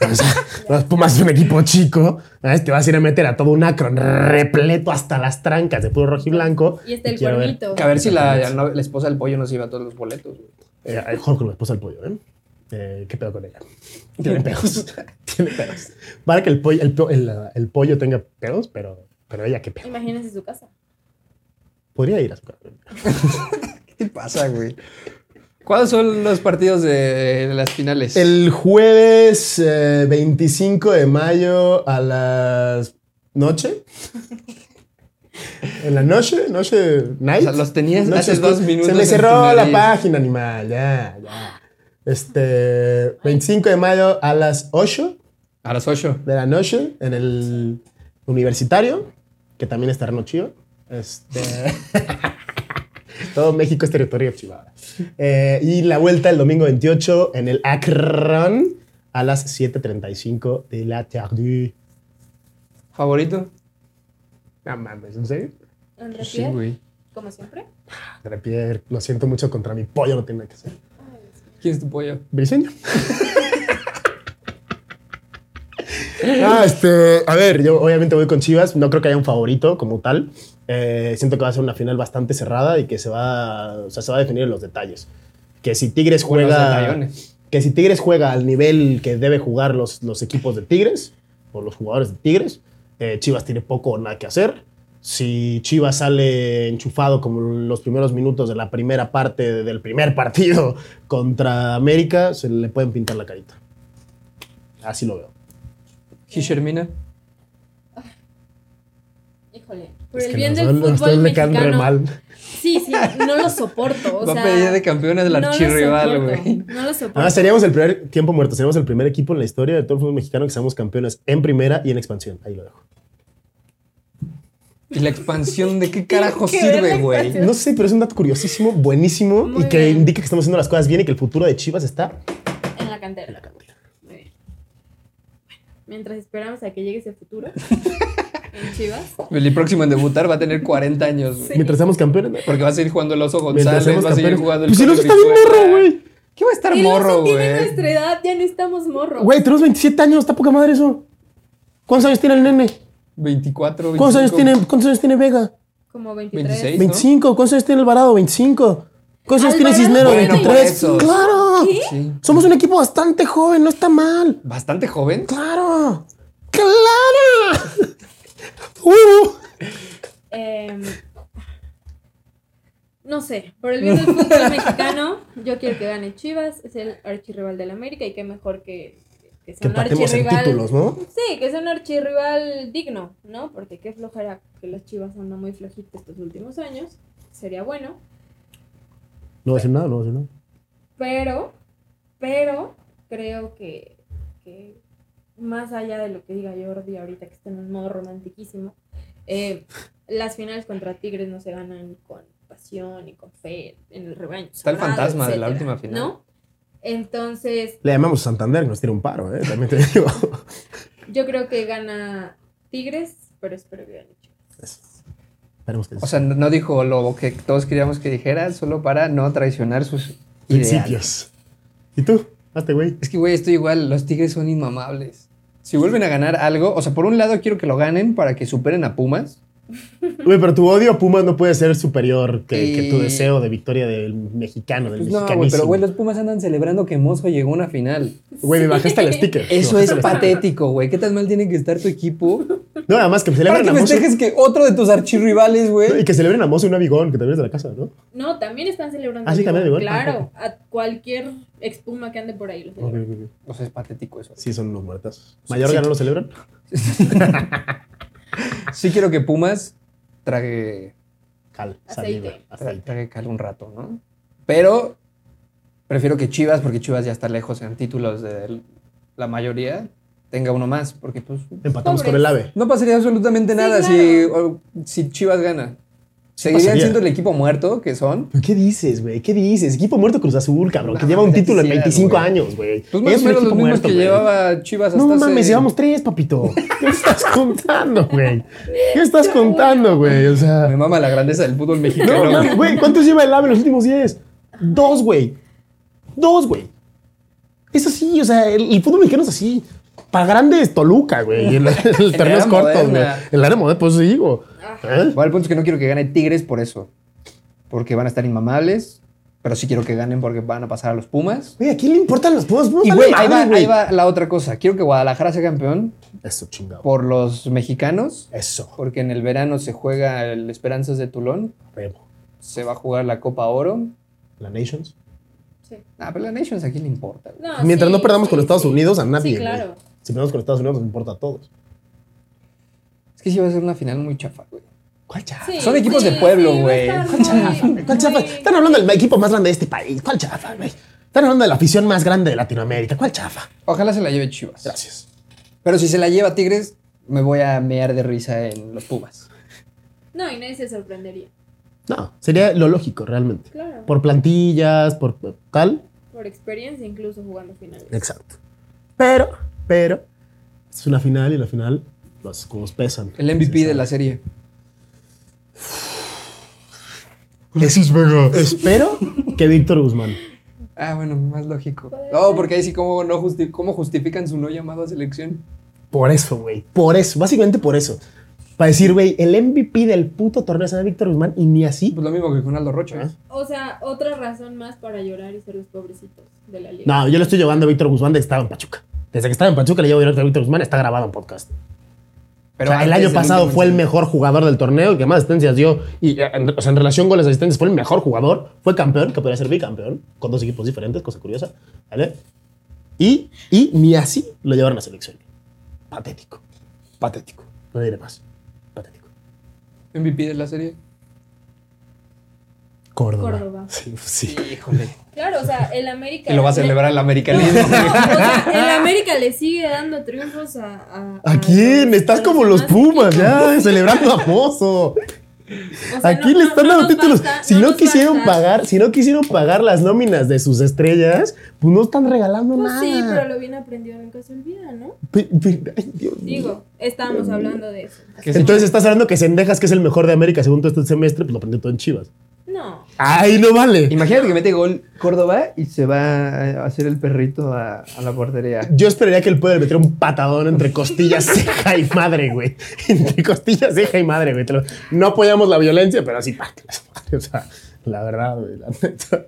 B: O sea, *laughs* los Pumas es un equipo chico. ¿sabes? Te vas a ir a meter a todo un acron repleto hasta las trancas de puro rojiblanco.
C: Y está el
B: quiero ver-
C: cuernito.
A: Que a ver si la, la- la esposa del pollo nos lleva todos los boletos, güey.
B: Eh, ay, Jorge lo esposa al pollo, ¿eh? Eh, ¿Qué pedo con
C: *laughs*
B: ella? *laughs* Tiene pedos.
A: *laughs*
B: Tiene pedos. Para que el pollo, el, po- el, ah, el pollo tenga pedos, pero, pero ella qué pedo.
C: Imagínense su casa.
B: Podría ir a su casa.
A: ¿Qué te pasa, güey? ¿Cuáles son los partidos de las finales?
B: El jueves eh, 25 de mayo a las
A: *laughs*
B: noche. En la noche, noche, night.
A: O sea, los tenías
B: Noche
A: hace
B: oscura.
A: dos minutos
B: Se me
A: en
B: cerró
A: tu
B: la
A: nariz.
B: página, animal. Ya, ya. Este, 25 de mayo a las 8.
A: A las 8.
B: de la noche en el universitario, que también es terreno chivo. Este... *laughs* Todo México es territorio chivo ahora. Eh, y la vuelta el domingo 28 en el Akron a las 7.35 de la tarde.
A: ¿Favorito?
B: No mames, ¿en serio? Pues
C: André
A: Sí,
C: Pierre,
A: güey.
C: como siempre.
B: André Pierre, lo siento mucho contra mi pollo, no tiene nada que hacer.
A: ¿Quién es tu pollo?
B: Briseño. Ah, este, a ver, yo obviamente voy con Chivas, no creo que haya un favorito como tal. Eh, siento que va a ser una final bastante cerrada y que se va, o sea, se va a definir en los detalles. Que si Tigres
A: Buenos
B: juega,
A: detallones.
B: que si Tigres juega al nivel que debe jugar los, los equipos de Tigres o los jugadores de Tigres, eh, Chivas tiene poco o nada que hacer. Si Chivas sale enchufado como los primeros minutos de la primera parte del primer *laughs* partido contra América, se le pueden pintar la carita. Así lo veo.
A: ¿Gishermina?
C: Híjole. Por
B: Es
C: el
B: que
C: bien
B: nos-
C: del
B: a
C: fútbol
B: ustedes le caen re
C: mexicano.
B: mal.
C: Sí, sí, no lo soporto. O
A: Va
C: sea,
A: a pedir de campeona del
C: no lo
A: archirrival,
C: soporto,
A: güey.
C: No lo soporto.
B: Además, Ah, seríamos el primer tiempo muerto, seríamos el primer equipo en la historia del todo el fútbol mexicano que seamos campeones en primera y en expansión. Ahí lo dejo.
A: ¿Y la expansión de qué carajo
C: *laughs* Tiene que ver
A: sirve,
C: la
A: güey?
C: expansión.
B: No sé, pero es un dato curiosísimo, buenísimo
C: Muy
B: y que
C: bien.
B: indica que estamos haciendo las cosas bien y que el futuro de Chivas está
C: En la
B: en la
C: cantera.
B: cantera.
C: Muy bien. Bueno, mientras esperamos a que llegue ese
A: *laughs*
C: futuro en Chivas.
A: El próximo en debutar va a tener 40 años, güey.
C: Sí.
B: Mientras seamos campeones, ¿no?
A: Porque va a seguir jugando el Oso González,
B: mientras seamos
A: va a seguir
B: campeones.
A: jugando el
B: Pues si no,
A: Conejo
B: está bien
A: Brizuela.
B: morro, güey.
A: ¿Qué va a estar estar
C: El
A: morro,
C: oso tiene
A: güey.
C: nuestra edad, ya no estamos morro.
B: Güey, tenemos 27 años, está poca madre eso. ¿Cuántos años tiene el nene?
A: 24, 25.
B: ¿Cuántos años tiene, cuántos años tiene Vega?
C: Como 23.
A: 26. ¿no?
B: 25. ¿Cuántos años tiene Alvarado? 25. ¿Cuántos años tiene Cisnero?
C: Alvarado
A: tiene
B: 23.
A: 25.
B: ¡Claro!
A: Sí.
B: Somos un equipo bastante joven, no está mal.
A: Bastante joven.
B: ¡Claro! ¡Claro!
C: *laughs*
B: ¡Uh!
C: Em, no sé, por el bien del fútbol mexicano, yo quiero que gane Chivas, es el archirrival del América y qué mejor que, que sea un archirrival.
B: ¿no?
C: Sí, que sea un archirrival digno, ¿no? Porque qué flojera que las Chivas andan muy flojitas estos últimos años, sería bueno,
B: No va a decir nada, no va a decir nada.
C: pero, pero creo que, que más allá de lo que diga Jordi ahorita que está en un modo romantiquísimo, eh, las finales contra Tigres no se ganan con pasión y con fe en el rebaño.
A: Está el
C: sagrado,
A: fantasma de la
C: etcétera,
A: última final.
C: ¿No? Entonces,
B: Le llamamos Santander, que nos tiene un paro, ¿eh? También te *laughs* digo.
C: yo creo que gana Tigres, pero espero que gane Chivas.
B: Esperemos que
A: O sea, no- no dijo lo que todos queríamos que dijera, solo para no traicionar sus ideales.
B: Principios. ¿Y tú? Hazte, güey.
A: Es que, güey, estoy igual. Los Tigres son inmamables. Si vuelven a ganar algo, o sea, por un lado quiero que lo ganen para que superen a Pumas.
B: Güey, pero tu odio a Pumas no puede ser superior que, que tu
A: Y-
B: deseo de victoria del mexicano, del
A: Pues no,
B: mexicanísimo.
A: güey, pero güey, los Pumas andan celebrando que Mozo llegó a una final.
B: Güey, me bajé hasta el sticker.
A: Eso
B: Me
A: es
B: bajé hasta el
A: patético, güey. ¿Qué tan mal tiene que estar tu equipo?
B: sticker. No, nada más que
A: Para
B: celebren
A: que
B: a Mozo.
A: festejes que otro de tus archirrivales,
B: Y
A: güey.
B: que celebren a Mozo un abigón, que también es de la casa, ¿no?
C: No, también están celebrando.
B: Ah, sí,
C: el
B: también
C: gol,
B: el gol.
C: Claro, a cualquier expuma que ande por ahí. Lo
B: Ok,
C: celebran.
B: ok, ok.
A: O sea, es patético eso.
B: Sí, son unos muertazos. ¿Mallorca no lo celebran?
A: Sí quiero que Pumas trague,
B: Cal,
C: Aceite.
B: saliva,
A: tra-
B: aceite.
A: trague cal un rato, ¿no? Pero prefiero que Chivas, porque Chivas ya está lejos en títulos de la mayoría, tenga uno más, porque pues
B: Empatamos
C: Pobres.
B: con el ave.
A: no pasaría absolutamente
C: Sí,
A: nada si, o- si Chivas gana. Seguirían
B: pasaría.
A: siendo el equipo muerto que son.
B: ¿Pero qué dices, güey? ¿Qué dices? Equipo muerto Cruz Azul, cabrón, que
A: No,
B: lleva un
A: ya
B: título en
A: quisieras,
B: 25
A: güey.
B: años, güey.
A: Pues más
B: Es
A: o menos
B: un
A: los
B: equipo
A: mismos que
B: güey.
A: llevaba Chivas hasta
B: No
A: hace-
B: mames, llevamos tres, papito. ¿Qué estás contando, güey? ¿Qué estás contando, güey? O sea.
A: Me mama la grandeza del
B: *laughs*
A: fútbol mexicano.
B: No,
A: güey.
B: mames, güey, ¿cuántos lleva el AVE en los últimos 10? Dos, güey. Dos, güey. Es así, o sea, el, el fútbol mexicano es así. Para grandes Toluca,
A: *laughs*
B: güey. El, el terreno
A: era
B: es corto, güey.
A: moderna.
B: El área moderna, por eso digo. ¿Eh?
A: Bueno, el punto es que no quiero que gane Tigres por eso. Porque van a estar inmamables. Pero sí quiero que ganen porque van a pasar a los Pumas.
B: Güey, ¿a quién le importan las pumas? Pumas
A: Y
B: valen
A: güey, ahí, va,
B: madre, güey.
A: ahí va la otra cosa. Quiero que Guadalajara sea campeón
B: Eso, chingado.
A: por los mexicanos.
B: Eso,
A: Porque en el verano se juega el Esperanzas de Tulón.
B: remo.
A: Se va a jugar la Copa Oro.
B: La Nations.
C: Sí.
A: Ah, pero la Nations aquí le importa. güey.
C: No,
B: Mientras
C: Ah, sí,
B: no perdamos
C: sí,
B: con Estados
C: sí.
B: Unidos, a nadie.
C: Sí,
B: güey.
C: claro.
B: Si perdemos con Estados Unidos, nos importa a todos.
A: Es que sí va a ser una final muy chafa, güey.
B: ¿Cuál chafa?
C: Sí,
A: Son equipos
C: sí,
A: de pueblo,
C: sí, va a
A: güey.
C: estar
A: ¿Cuál
C: muy-
B: ¿Cuál chafa?
C: muy-
B: Están hablando del equipo más grande de este país. ¿Cuál chafa, güey? Están hablando de la afición más grande de Latinoamérica. ¿Cuál chafa?
A: Ojalá se la lleve Chivas.
B: Gracias.
A: Pero si se la lleva Tigres, me voy a mear de risa en los Pumas.
C: No, y nadie se sorprendería.
B: No, sería lo lógico, realmente.
C: Claro. Por,
B: Por plantillas, por por tal.
C: experiencia, incluso jugando finales.
B: Exacto. Pero, pero, es una final y la final los cubos pesan.
A: El MVP de la serie.
B: Jesús Vega. Espero que Víctor Guzmán.
A: Ah, bueno, más lógico.
C: Puede
A: No,
C: ser.
A: porque ahí sí, ¿cómo, no justi- cómo justifican su no llamado a selección?
B: Por eso, güey. Por eso. Básicamente por eso. Para decir, güey, el MVP del puto torneo se llama Víctor Guzmán y ni así.
A: Pues lo mismo que con Aldo Rocha.
B: Ah.
A: ¿eh?
C: O sea, otra razón más para llorar y ser los pobrecitos de la liga.
B: No, yo le estoy llevando a Víctor Guzmán desde que estaba en Pachuca. Desde que estaba en Pachuca le llevo directo a Víctor Guzmán. Está grabado en podcast.
A: Pero
B: O sea, el
A: antes
B: año
A: del
B: pasado
A: último
B: fue el
A: ensayo.
B: mejor jugador del torneo, el que más asistencias dio. Y eh, en, o sea, en relación con las asistencias, fue el mejor jugador. Fue campeón, que podría ser bicampeón, con dos equipos diferentes, cosa curiosa. ¿Vale? Y, y ni así lo llevaron a la selección. Patético. Patético. No diré más. Patético.
A: MVP de la serie.
B: Córdoba.
C: Córdoba.
B: Sí, sí.
A: Híjole.
C: Claro, o sea, el América.
B: *laughs*
A: Que lo va a celebrar el americanismo.
C: No, *laughs* o sea, el América le sigue dando triunfos a. ¿A,
B: ¿A quién?
C: los-
B: Estás
C: a
B: como los
C: demás
B: Pumas,
C: equipos. *laughs*
B: ya, celebrando a Mozo.
C: O sea,
B: Aquí
C: no-
B: le
C: no-
B: están
C: no
B: dando
C: nos
B: títulos.
C: basta,
B: si no
C: nos
B: quisieron
C: basta.
B: pagar, si no quisieron pagar las nóminas de sus estrellas, pues no están regalando
C: Pues
B: nada.
C: sí, pero lo bien aprendido nunca se olvida, ¿no?
B: Pe- pe- ay, Dios mío.
C: Digo, estábamos hablando de eso.
A: Que se-
B: Entonces estás hablando que Sendejas, que es el mejor de América según todo este semestre, pues lo aprendió todo en Chivas.
C: No, No.
B: Ay, no vale.
A: *laughs* Imagínate que mete gol Córdoba y se va a hacer el perrito a, a la portería.
B: Yo esperaría que él pueda meter un patadón entre costillas, *laughs* ceja y madre, güey. Entre costillas, ceja y madre, güey. Te lo- No apoyamos la violencia, pero así, *laughs* pa, que las madre. O sea, la verdad, güey. la neta.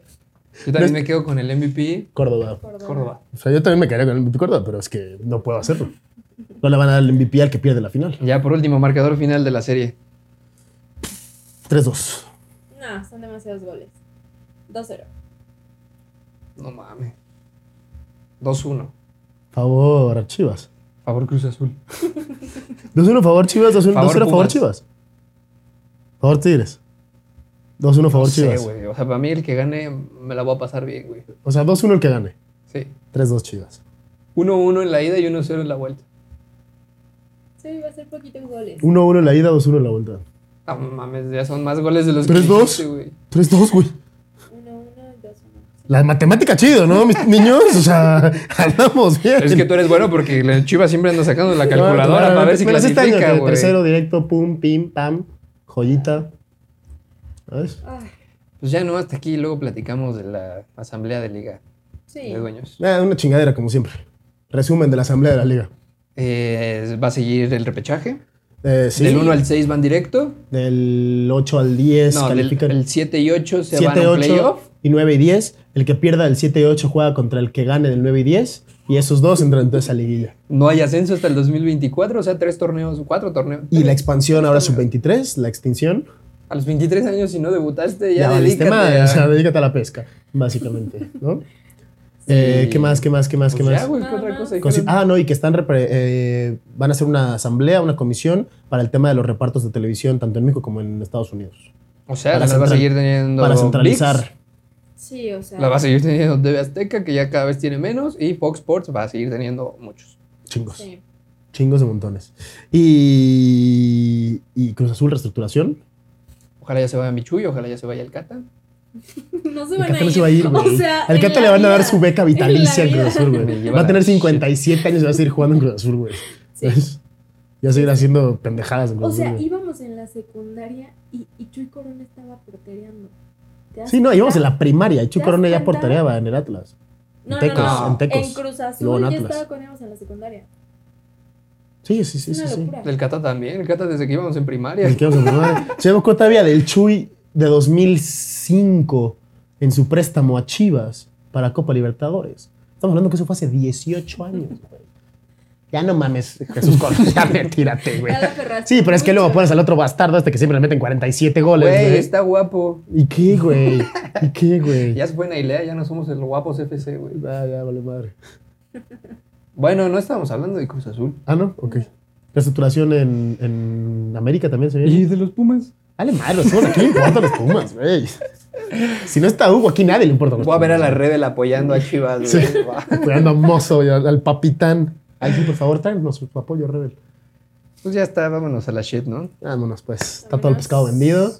A: Yo también me quedo con el MVP
B: Córdoba.
A: Córdoba.
B: O sea, yo también me quedaría con el MVP Córdoba, pero es que no puedo hacerlo. No le van a dar el MVP al que pierde la final.
A: Ya por último, marcador final de la serie.
B: 3-2.
C: No, son demasiados goles. 2-0.
A: No mames. 2-1.
B: Favor, Chivas.
A: Favor Cruz Azul.
B: 2-1 favor Chivas, 2-1
A: Favor,
B: 2-0 favor
A: Pumas.
B: Chivas. Favor Tigres. 2-1 favor
A: No sé,
B: Chivas.
A: güey. O sea, para mí el que gane me la voy a pasar bien, güey.
B: o sea, 2-1 el que gane.
A: Sí.
B: 3-2 Chivas.
A: 1-1 en la ida y 1-0 en la vuelta.
C: Sí, va a ser poquitos goles.
B: 1-1 en la ida, 2-1 en la vuelta.
A: No mames, ya son más goles de los
B: ¿Tres, dos?
A: dijiste, güey.
B: 3-2, güey.
C: 1-1 y 2-1.
B: La matemática chido,
A: *laughs*
B: ¿no, mis niños? O sea, hablamos bien.
A: Es que tú eres bueno porque la Chivas siempre anda sacando la calculadora para ver si
B: Pero sí está en el
A: clasifica, güey.
B: Tercero, directo, pum, pim, pam, joyita. ¿Sabes?
C: Ay,
A: Pues ya no, hasta aquí luego platicamos de la asamblea de liga
C: sí.
A: de dueños.
B: Ah, una chingadera, como siempre. Resumen de la Asamblea de la Liga.
A: Eh, va a seguir el repechaje.
B: Eh, sí,
A: Del 1 al 6 van directo.
B: del 8 al 10
A: No, del,
B: califican.
A: el 7 y 8 se van
B: 7,
A: a un
B: 8
A: playoff.
B: y 9 y 10. El que pierda del 7 y 8 juega contra el que gane del 9 y 10. Y esos dos entran entonces a liguilla.
A: No hay ascenso hasta el 2024, o sea, tres torneos, cuatro torneos.
B: Y la expansión ahora sub-23, la extinción.
A: A los 23 años, si no debutaste,
B: Ya,
A: ya,
B: valiste
A: dedícate
B: madre,
A: a-
B: o sea, dedícate a la pesca, básicamente, ¿no?
A: *laughs* Sí.
B: Eh, ¿Qué más, qué más, qué más,
A: Pues
B: qué
A: ya,
B: más?
A: güey, ¿qué
C: Nada
A: otra
C: más.
A: cosa?
B: Cosi-
A: dijeron?
B: ah, no, y que están repre- eh, van a hacer una asamblea, una comisión para el tema de los repartos de televisión, tanto en México como en Estados Unidos.
A: o sea,
B: para
A: la va a
B: central-
A: seguir teniendo
B: para centralizar.
A: ViX,
C: Sí, o sea.
A: la va a seguir teniendo TV Azteca, que ya cada vez tiene menos, y Fox Sports va a seguir teniendo muchos.
B: Chingos.
C: Sí. *laughs*
B: Chingos de montones. Y, y Cruz Azul, reestructuración.
A: Ojalá ya se vaya Michuy, ojalá ya se vaya el Cata.
C: No se
B: El
C: van a
B: Cata
C: ir.
B: no se va a ir, güey.
C: O sea,
B: Al
C: en
B: Cata
C: la
B: le van a dar
C: vida.
B: su beca
C: En la
B: vitalicia en
C: vida.
B: Cruz Azul,
A: *laughs* Me
B: güey.
A: lleva
B: Va a tener
A: la shit.
B: 57 años y va a seguir jugando en Cruz Azul, güey.
C: Sí.
B: ¿Sabes? Ya seguir haciendo pendejadas en Cruz
C: O sea,
B: Azul. güey.
C: íbamos en la secundaria y, y Chuy Corona estaba portereando. ¿Te das
B: Sí, no, íbamos en
C: cuenta?
B: la primaria. Y Chu
C: ¿Te
B: Corona
C: das
B: ya
C: cuenta?
B: portereaba en el Atlas.
C: No,
B: Tecos,
C: no, no.
A: en
C: En,
B: Tecos.
C: Cruz
B: Luego
C: Azul
B: en
C: yo
B: Atlas.
C: estaba con ellos en la secundaria.
B: Sí, sí, sí,
C: es
B: sí.
C: una
B: sí.
C: locura.
A: El Cata también, el Cata desde que íbamos en primaria.
B: Del que íbamos a formar. Se me acuerdo todavía del Chuy de 2005 en su préstamo a Chivas para Copa Libertadores. Estamos hablando que eso fue hace 18 años, güey. Ya no mames, Jesús Corona, *laughs* ya retírate, güey.
C: Ya lo aferraste
B: Sí, pero es que luego
C: mucho.
B: pones al otro bastardo este que siempre le meten 47 goles,
A: Güey,
B: güey.
A: está guapo.
B: ¿Y qué, güey? ¿Y qué, güey?
A: Ya es buena idea, ya no somos el guapos FC, güey.
B: Ah, ya, vale madre.
A: Bueno, no estábamos hablando de Cruz Azul.
B: Ah, no, ok. Reestructuración en, en América también se viene.
A: de los Pumas?
B: Dale madre, los Pumas, ¿a quién le importan los Pumas, güey? Si no está Hugo, aquí nadie le importa los
A: Voy a ver a
B: Pumas.
A: la Rebel apoyando a Chivas, güey.
B: Sí.
A: Va.
B: Cuidando a Mozo y al, al Papitán. Aquí, por favor, tráenos su apoyo, Rebel.
A: Pues ya está, vámonos a la shit, ¿no?
B: Vámonos, pues. Está todo el pescado vendido.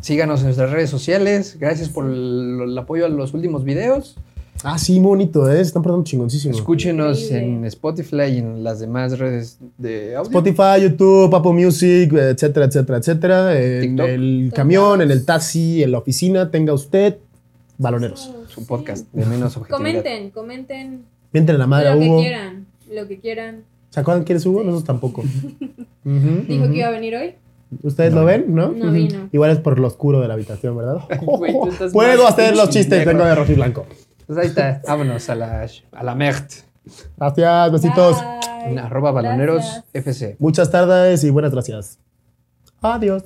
A: Síganos en nuestras redes sociales. Gracias por el, el apoyo a los últimos videos.
B: Ah, sí, muy bonito, ¿eh? Se Están portando chingoncísimo.
A: Escúchenos
C: Increíble.
A: en Spotify y en las demás redes de audio.
B: Spotify, YouTube, Apple Music, etcétera, etcétera, etcétera. En
A: TikTok.
B: el
C: Todos
B: camión,
C: lados.
B: en el taxi, en la oficina, tenga usted baloneros.
C: Oh,
A: Su
C: sí.
A: podcast de menos objetividad.
C: Comenten, comenten
B: Mienten la madre a
C: lo que
B: Hugo.
C: quieran. Lo que quieran.
B: ¿Se acuerdan quién es Hugo? Nosotros
C: *laughs*
B: tampoco. Ujú.
C: Dijo
A: Ujú.
C: que iba a venir hoy.
B: ¿Ustedes lo ven? ¿No?
C: No
B: Ujú.
C: vino.
B: Igual es por lo oscuro de la habitación, ¿verdad?
A: *laughs* Güey, tú estás
B: Puedo
A: más
B: hacer los chistes,
A: pendejo.
B: vengo de rojo y blanco.
A: Pues ahí está. Vámonos a la, a la MERT.
B: Gracias, besitos.
C: Bye.
A: En arroba baloneros
C: Gracias.
A: FC.
B: Muchas tardes y buenas gracias. Adiós.